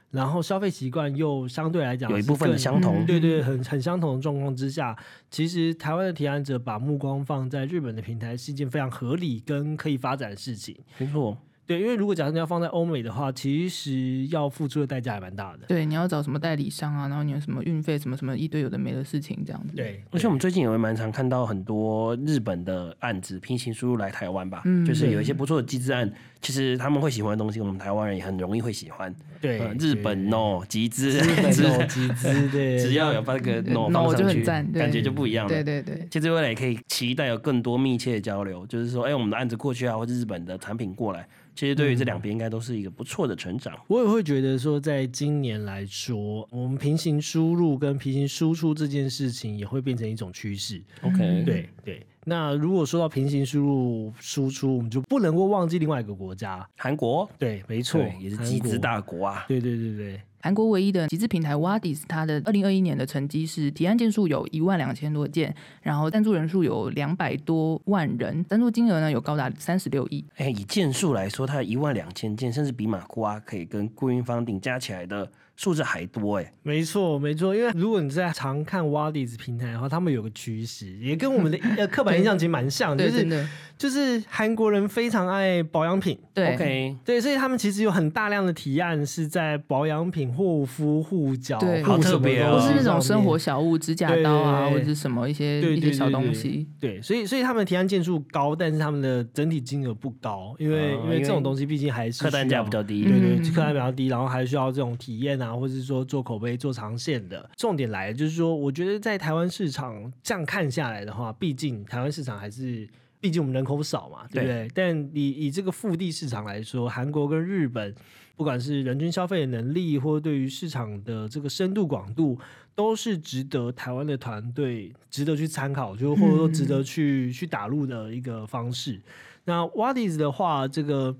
[SPEAKER 3] 然后消费习惯又相对来讲
[SPEAKER 1] 有一
[SPEAKER 3] 是
[SPEAKER 1] 部分的
[SPEAKER 3] 更
[SPEAKER 1] 相同
[SPEAKER 2] 嗯，
[SPEAKER 3] 对对，很很相同的状况之下，其实台湾的提案者把目光放在日本的平台是一件非常合理跟可以发展的事情。
[SPEAKER 1] 没错，
[SPEAKER 3] 对，因为如果假设你要放在欧美的话，其实要付出的代价还蛮大的。
[SPEAKER 2] 对，你要找什么代理商啊，然后你有什么运费什么什么一堆有的没的事情这样子。，
[SPEAKER 3] 对，
[SPEAKER 1] 而且我们最近也会蛮常看到很多日本的案子平行输入来台湾吧，
[SPEAKER 2] 嗯
[SPEAKER 1] 就是有一些不错的机制案，其实他们会喜欢的东西，我们台湾人也很容易会喜欢。
[SPEAKER 3] 对
[SPEAKER 1] 呃日本 no 集资， [laughs]
[SPEAKER 3] 日
[SPEAKER 1] 只
[SPEAKER 3] 本集资，对，
[SPEAKER 1] 只要有把那个 no
[SPEAKER 2] 嗯
[SPEAKER 1] 放
[SPEAKER 2] no 就
[SPEAKER 1] 上
[SPEAKER 2] 很
[SPEAKER 1] 去，
[SPEAKER 2] 赞对
[SPEAKER 1] 感觉就不一样
[SPEAKER 2] 对
[SPEAKER 1] 了。
[SPEAKER 2] 对对，
[SPEAKER 1] 其实未来也可以期待有更多密切的交流，就是说，哎、我们的案子过去啊，或者日本的产品过来，其实对于这两边应该都是一个不错的成长。
[SPEAKER 3] 我也会觉得说，在今年来说，我们平行输入跟平行输出这件事情也会变成一种趋势。
[SPEAKER 1] OK，
[SPEAKER 3] 对对。那如果说到平行输入输出，我们就不能够忘记另外一个国家。
[SPEAKER 1] 韩国
[SPEAKER 3] 对，没错
[SPEAKER 1] 对，也是集资。
[SPEAKER 3] 韩
[SPEAKER 1] 大国啊
[SPEAKER 3] 国。对对对对，
[SPEAKER 2] 韩国唯一的集资平台 Wadis，它的二零二一年的成绩是提案件数有一万两千多件，然后赞助人数有两百多万人，赞助金额呢有高达三十六亿。
[SPEAKER 1] 哎、以件数来说，它一万两千件，甚至比马瓜可以跟雇佣方顶加起来的数字还多哎、
[SPEAKER 3] 没错没错。因为如果你在常看 Wadis 平台的话，他们有个趋势，也跟我们的呃刻板印象其实蛮
[SPEAKER 1] [laughs]
[SPEAKER 3] 像，就
[SPEAKER 2] 对，真
[SPEAKER 3] 是
[SPEAKER 2] 的，
[SPEAKER 3] 就是韩国人非常爱保养品。
[SPEAKER 2] 对
[SPEAKER 1] OK，
[SPEAKER 3] 对，所以他们其实有很大量的提案是在保养品、护肤、护脚、
[SPEAKER 2] 对
[SPEAKER 3] 护
[SPEAKER 1] 好
[SPEAKER 3] 什
[SPEAKER 1] 特
[SPEAKER 3] 么
[SPEAKER 1] 别哦
[SPEAKER 3] 东
[SPEAKER 2] 不
[SPEAKER 3] 西
[SPEAKER 2] 是那种
[SPEAKER 3] 上
[SPEAKER 2] 生
[SPEAKER 3] 面
[SPEAKER 2] 活小物，指甲刀啊，
[SPEAKER 3] 对
[SPEAKER 2] 或者是什么一些
[SPEAKER 3] 对
[SPEAKER 2] 一
[SPEAKER 3] 对
[SPEAKER 2] 些
[SPEAKER 3] 对
[SPEAKER 2] 小东
[SPEAKER 3] 对
[SPEAKER 2] 西。
[SPEAKER 3] 对，所以所以他们的提案件数高，但是他们的整体金额不高，因为、
[SPEAKER 1] 哦
[SPEAKER 3] 因为这
[SPEAKER 1] 因
[SPEAKER 3] 种
[SPEAKER 1] 为
[SPEAKER 3] 东西毕竟还是
[SPEAKER 1] 客单
[SPEAKER 3] 需
[SPEAKER 1] 价
[SPEAKER 3] 要
[SPEAKER 1] 比较低。
[SPEAKER 3] 对对，
[SPEAKER 2] 嗯
[SPEAKER 3] 客单价比较低，然后还需要这种体验啊，或者是说做口碑、做长线的。重点来了，就是说，我觉得在台湾市场这样看下来的话，毕竟台湾市场还是。毕竟我们人口少嘛，对不对？但以以这个腹地市场来说，韩国跟日本，不管是人均消费的能力，或对于市场的这个深度广度，都是值得台湾的团队值得去参考，就或者说值得去、去打入的一个方式。那 What is 的话，这个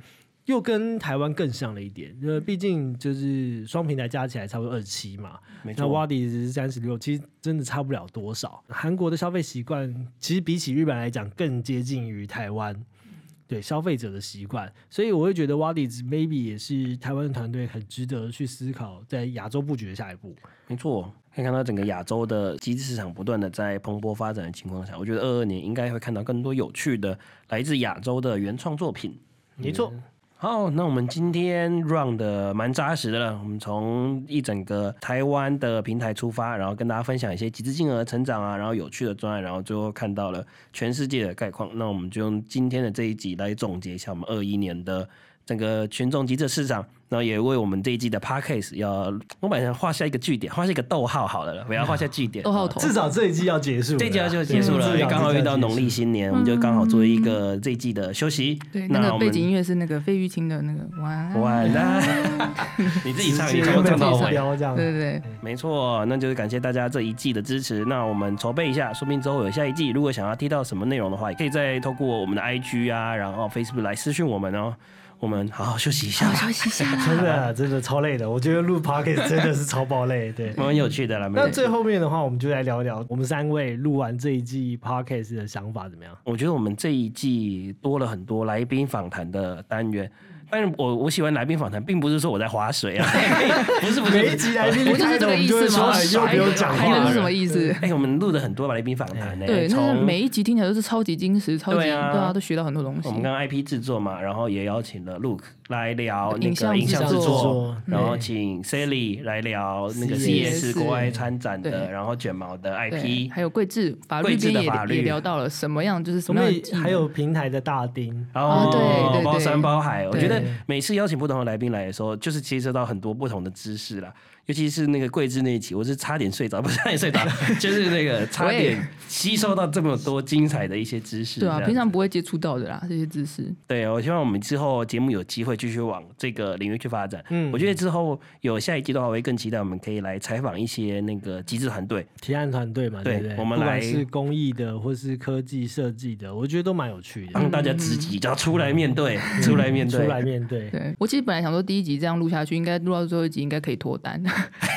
[SPEAKER 3] 又跟台湾更像了一点，因为毕竟就是双平台加起来差不多二七嘛，
[SPEAKER 1] 没
[SPEAKER 3] 那
[SPEAKER 1] 错，
[SPEAKER 3] Wadi 是三十六，其实真的差不了多少。韩国的消费习惯其实比起日本来讲更接近于台湾。
[SPEAKER 1] 嗯
[SPEAKER 3] 对消费者的习惯，所以我会觉得 Wadi maybe 也是台湾的团队很值得去思考在亚洲布局的下一步。
[SPEAKER 1] 没错。可以看到整个亚洲的集资市场不断的在蓬勃发展的情况下，我觉得二二年应该会看到更多有趣的来自亚洲的原创作品。
[SPEAKER 3] 嗯没错，
[SPEAKER 1] 好，那我们今天 run 的蛮扎实的了。我们从一整个台湾的平台出发，然后跟大家分享一些极致金额成长啊，然后有趣的专案，然后最后看到了全世界的概况。那我们就用今天的这一集来总结一下我们二一年的整个群众集资市场，然后也为我们这一季的 podcast 要，我本来想画下一个句点，画下一个逗号好了，不要画下句点，
[SPEAKER 2] 逗号头
[SPEAKER 3] 至少这一季要结束了啦，嗯
[SPEAKER 1] 这一季就结束了，因为刚好遇到农历新年，我们就刚好做一个这一季的休息。
[SPEAKER 2] 对，那
[SPEAKER 1] 那
[SPEAKER 2] 个
[SPEAKER 1] 我
[SPEAKER 2] 背景音
[SPEAKER 1] 们
[SPEAKER 2] 乐是那个费玉清的那个晚安，
[SPEAKER 1] 晚安， [laughs] 你自己唱，你
[SPEAKER 3] 要
[SPEAKER 1] 从
[SPEAKER 3] 被
[SPEAKER 1] 唱到
[SPEAKER 3] 爆
[SPEAKER 1] 尾。
[SPEAKER 3] 标这样。
[SPEAKER 2] 对对对，
[SPEAKER 1] 没错，那就是感谢大家这一季的支持。那我们筹备一下，说不定之后有下一季。如果想要听到什么内容的话，也可以再透过我们的 IG 啊，然后 Facebook 来私讯我们哦。我们好好休息一下
[SPEAKER 2] [laughs] 好
[SPEAKER 1] 吧，
[SPEAKER 2] 休息一下啦。
[SPEAKER 3] 真的啊真的超累的，我觉得录 podcast 真的是超爆累。对，
[SPEAKER 1] 蛮有趣的啦。
[SPEAKER 3] 那
[SPEAKER 1] 蛮有趣
[SPEAKER 3] 最后面的话，我们就来聊一聊我们三位录完这一季 podcast 的想法怎么样？
[SPEAKER 1] 我觉得我们这一季多了很多来宾访谈的单元。但是我我喜欢来宾访谈，并不是说我在划水
[SPEAKER 2] [laughs]
[SPEAKER 1] 啊， [laughs] 不是不是，
[SPEAKER 3] 每一集来宾
[SPEAKER 2] 不就
[SPEAKER 3] 开
[SPEAKER 2] 是这
[SPEAKER 3] 头，
[SPEAKER 2] 个
[SPEAKER 3] 我们
[SPEAKER 2] 意
[SPEAKER 3] 就会
[SPEAKER 2] 思
[SPEAKER 3] 说
[SPEAKER 2] 吗？
[SPEAKER 3] 哎又不用讲
[SPEAKER 2] 还
[SPEAKER 3] 话
[SPEAKER 2] 能
[SPEAKER 3] 了
[SPEAKER 2] 是。什么意思？
[SPEAKER 1] 哎、我们录了很多来宾访谈呢，
[SPEAKER 2] 对，那
[SPEAKER 1] 从
[SPEAKER 2] 是每一集听起来都是超级精实，超级
[SPEAKER 1] 对啊
[SPEAKER 2] 都学到很多东西
[SPEAKER 1] 我。们跟 IP 制作嘛，然后也邀请了 Look 来聊那
[SPEAKER 2] 影
[SPEAKER 1] 个
[SPEAKER 2] 像
[SPEAKER 1] 影像制
[SPEAKER 2] 制作嗯
[SPEAKER 1] 作，
[SPEAKER 3] 对
[SPEAKER 1] 然后请 Sally 来聊那个
[SPEAKER 2] CS
[SPEAKER 1] CS 国外参展的，
[SPEAKER 2] 对
[SPEAKER 1] 然后卷毛的
[SPEAKER 2] 对，
[SPEAKER 1] IP，
[SPEAKER 2] 还有桂智法律
[SPEAKER 1] 桂智
[SPEAKER 2] 边
[SPEAKER 1] 的
[SPEAKER 2] 也
[SPEAKER 1] 法律
[SPEAKER 2] 也聊到了什么样，就是什
[SPEAKER 3] 我
[SPEAKER 2] 么样
[SPEAKER 3] 们
[SPEAKER 2] 的
[SPEAKER 3] 也
[SPEAKER 2] 技能
[SPEAKER 3] 还有平台的大丁，
[SPEAKER 1] 然
[SPEAKER 2] 啊
[SPEAKER 1] 后
[SPEAKER 2] 对对对
[SPEAKER 1] 包山包海。我
[SPEAKER 2] 对
[SPEAKER 1] 觉得每次邀请不同的来宾来的时候，就是牵涉到很多不同的知识啦。尤其是那个桂枝那一期，我是差点睡着，不是差点睡
[SPEAKER 2] [laughs]
[SPEAKER 1] 着，就是那个差点吸收到这么多精彩的一些知识。
[SPEAKER 2] 对啊，
[SPEAKER 1] 这样
[SPEAKER 2] 平常不会接触到的啦，这些知识。
[SPEAKER 1] 对，我希望我们之后节目有机会继续往这个领域去发展。嗯，
[SPEAKER 3] 嗯
[SPEAKER 1] 我觉得之后有下一季的话，我会更期待我们可以来采访一些那个极致团队。
[SPEAKER 3] 提案团队嘛，
[SPEAKER 1] 对
[SPEAKER 3] 对不对？
[SPEAKER 1] 我们
[SPEAKER 3] 不管
[SPEAKER 1] 来
[SPEAKER 3] 是公益的，或是科技设计的，我觉得都蛮有趣的。
[SPEAKER 1] 帮大家自己要出来面对，出来面
[SPEAKER 3] 出
[SPEAKER 1] 对，
[SPEAKER 3] 来面对，
[SPEAKER 2] 对我其实本来想说第一集这样录下去，应该录到最后一集应该可以
[SPEAKER 1] [laughs]
[SPEAKER 2] 脱单，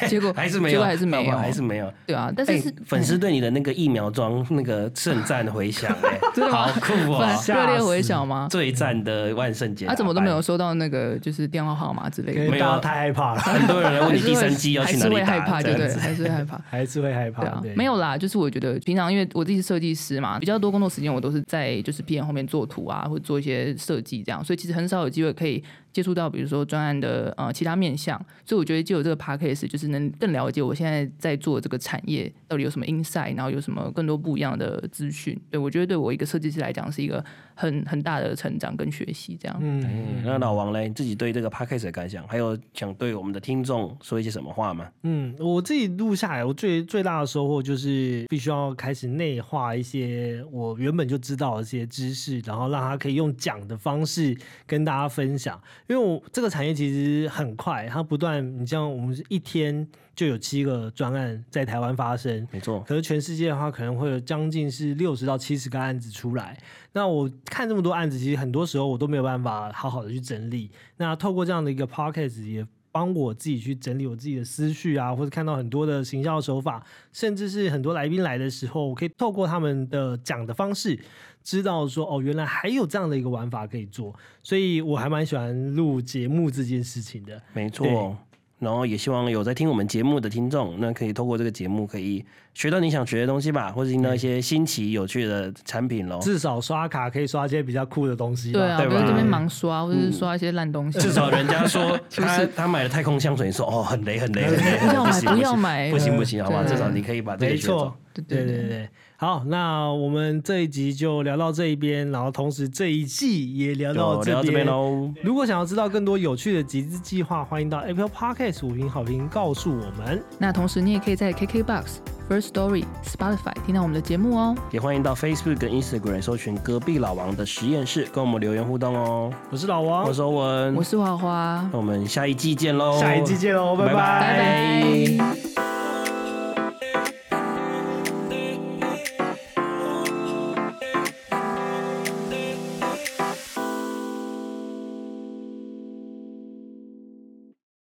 [SPEAKER 2] 结果
[SPEAKER 1] 还是没
[SPEAKER 2] 结
[SPEAKER 1] 有，
[SPEAKER 2] 果还是没有，
[SPEAKER 1] 还是没有。
[SPEAKER 2] 对啊。但
[SPEAKER 1] 哎
[SPEAKER 2] 是是
[SPEAKER 1] 粉丝对你的那个疫苗装那个盛赞回响，哎，
[SPEAKER 2] 真的吗
[SPEAKER 1] 好酷
[SPEAKER 2] 不然
[SPEAKER 1] 哦！
[SPEAKER 3] 吓
[SPEAKER 2] 热烈
[SPEAKER 3] 死
[SPEAKER 2] 回响吗？
[SPEAKER 1] 最赞的万圣节，
[SPEAKER 2] 啊，怎么都没有？收到那个就是电话号码之类
[SPEAKER 3] 因
[SPEAKER 2] 的，
[SPEAKER 3] 为
[SPEAKER 1] 没有
[SPEAKER 3] 大家太害怕了，
[SPEAKER 1] 很多人来问
[SPEAKER 2] 还
[SPEAKER 1] 你
[SPEAKER 2] 是会
[SPEAKER 1] 第三季要去哪里
[SPEAKER 2] 还是会害怕，
[SPEAKER 1] 打，
[SPEAKER 2] 对
[SPEAKER 1] 这
[SPEAKER 2] 不
[SPEAKER 1] 样
[SPEAKER 2] 对？
[SPEAKER 1] 子。
[SPEAKER 2] 还是会害怕。
[SPEAKER 3] 还是会害怕。
[SPEAKER 2] 对啊，没有啦，就是我觉得平常因为我自己是设计师嘛，比较多工作时间我都是在就是 P M 后面做图啊，或者做一些设计这样，所以其实很少有机会可以接触到比如说专案的呃其他面向，所以我觉得就有这个 p a c k a g e 就是能更了解我现在在做这个产业到底有什么 insight，然后有什么更多不一样的资讯。对我觉得对我一个设计师来讲是一个很很大的成长跟学习这样。
[SPEAKER 3] 嗯，
[SPEAKER 1] 嗯那老王嘞，你自己对这个 podcast 的感想，还有想对我们的听众说一些什么话吗？
[SPEAKER 3] 嗯，我自己录下来，我最最大的收获就是必须要开始内化一些我原本就知道的一些知识，然后让它可以用讲的方式跟大家分享。因为我这个产业其实很快，它不断，你像我们是一天就有七个专案在台湾发生，
[SPEAKER 1] 没错，
[SPEAKER 3] 可是全世界的话，可能会有将近是六十到七十个案子出来。那我看这么多案子，其实很多时候我都没有办法好好的去整理。那透过这样的一个 podcast 也。帮我自己去整理我自己的思绪啊，或者看到很多的行销手法，甚至是很多来宾来的时候，我可以透过他们的讲的方式，知道说哦，原来还有这样的一个玩法可以做，所以我还蛮喜欢录节目这件事情的。
[SPEAKER 1] 没
[SPEAKER 3] 对
[SPEAKER 1] 错。然后也希望有在听我们节目的听众，那可以透过这个节目，可以学到你想学的东西吧，或者听到一些新奇有趣的产品喽。 [laughs]
[SPEAKER 3] 至少刷卡可以刷一些比较酷的东西吧。
[SPEAKER 2] 对啊，
[SPEAKER 1] 对
[SPEAKER 2] 不要这边
[SPEAKER 1] 吧嗯
[SPEAKER 2] 盲刷或者是刷一些烂东西。
[SPEAKER 1] 至少人家说
[SPEAKER 2] 是不
[SPEAKER 1] 他
[SPEAKER 2] 是
[SPEAKER 1] [laughs] 他买了太空香水，你说哦很雷很雷很雷，
[SPEAKER 2] 不要买
[SPEAKER 1] 行
[SPEAKER 2] 不要买
[SPEAKER 1] 不行不行，好吧，
[SPEAKER 2] 对
[SPEAKER 1] 至少你可以把这
[SPEAKER 3] 没
[SPEAKER 1] 个学
[SPEAKER 3] 错
[SPEAKER 1] 走。，
[SPEAKER 2] 对
[SPEAKER 3] 对
[SPEAKER 2] 对
[SPEAKER 3] 对对。好，那我们这一集就聊到这一边，然后同时这一季也聊到
[SPEAKER 1] 就聊到这边喽，
[SPEAKER 3] 如果想要知道更多有趣的集资计划，欢迎到 Apple Podcast 五评好评告诉我们。
[SPEAKER 2] 那同时，你也可以在 KKBox、First Story、Spotify 听到我们的节目哦。
[SPEAKER 1] 也欢迎到 Facebook 跟 Instagram 搜寻隔壁老王的实验室，跟我们留言互动哦。
[SPEAKER 3] 我是老王
[SPEAKER 1] 我，是欧文
[SPEAKER 2] 我，是花花
[SPEAKER 1] 那，我们下一季见喽，
[SPEAKER 3] 下一季见喽，
[SPEAKER 1] 拜
[SPEAKER 3] 拜
[SPEAKER 2] 拜拜。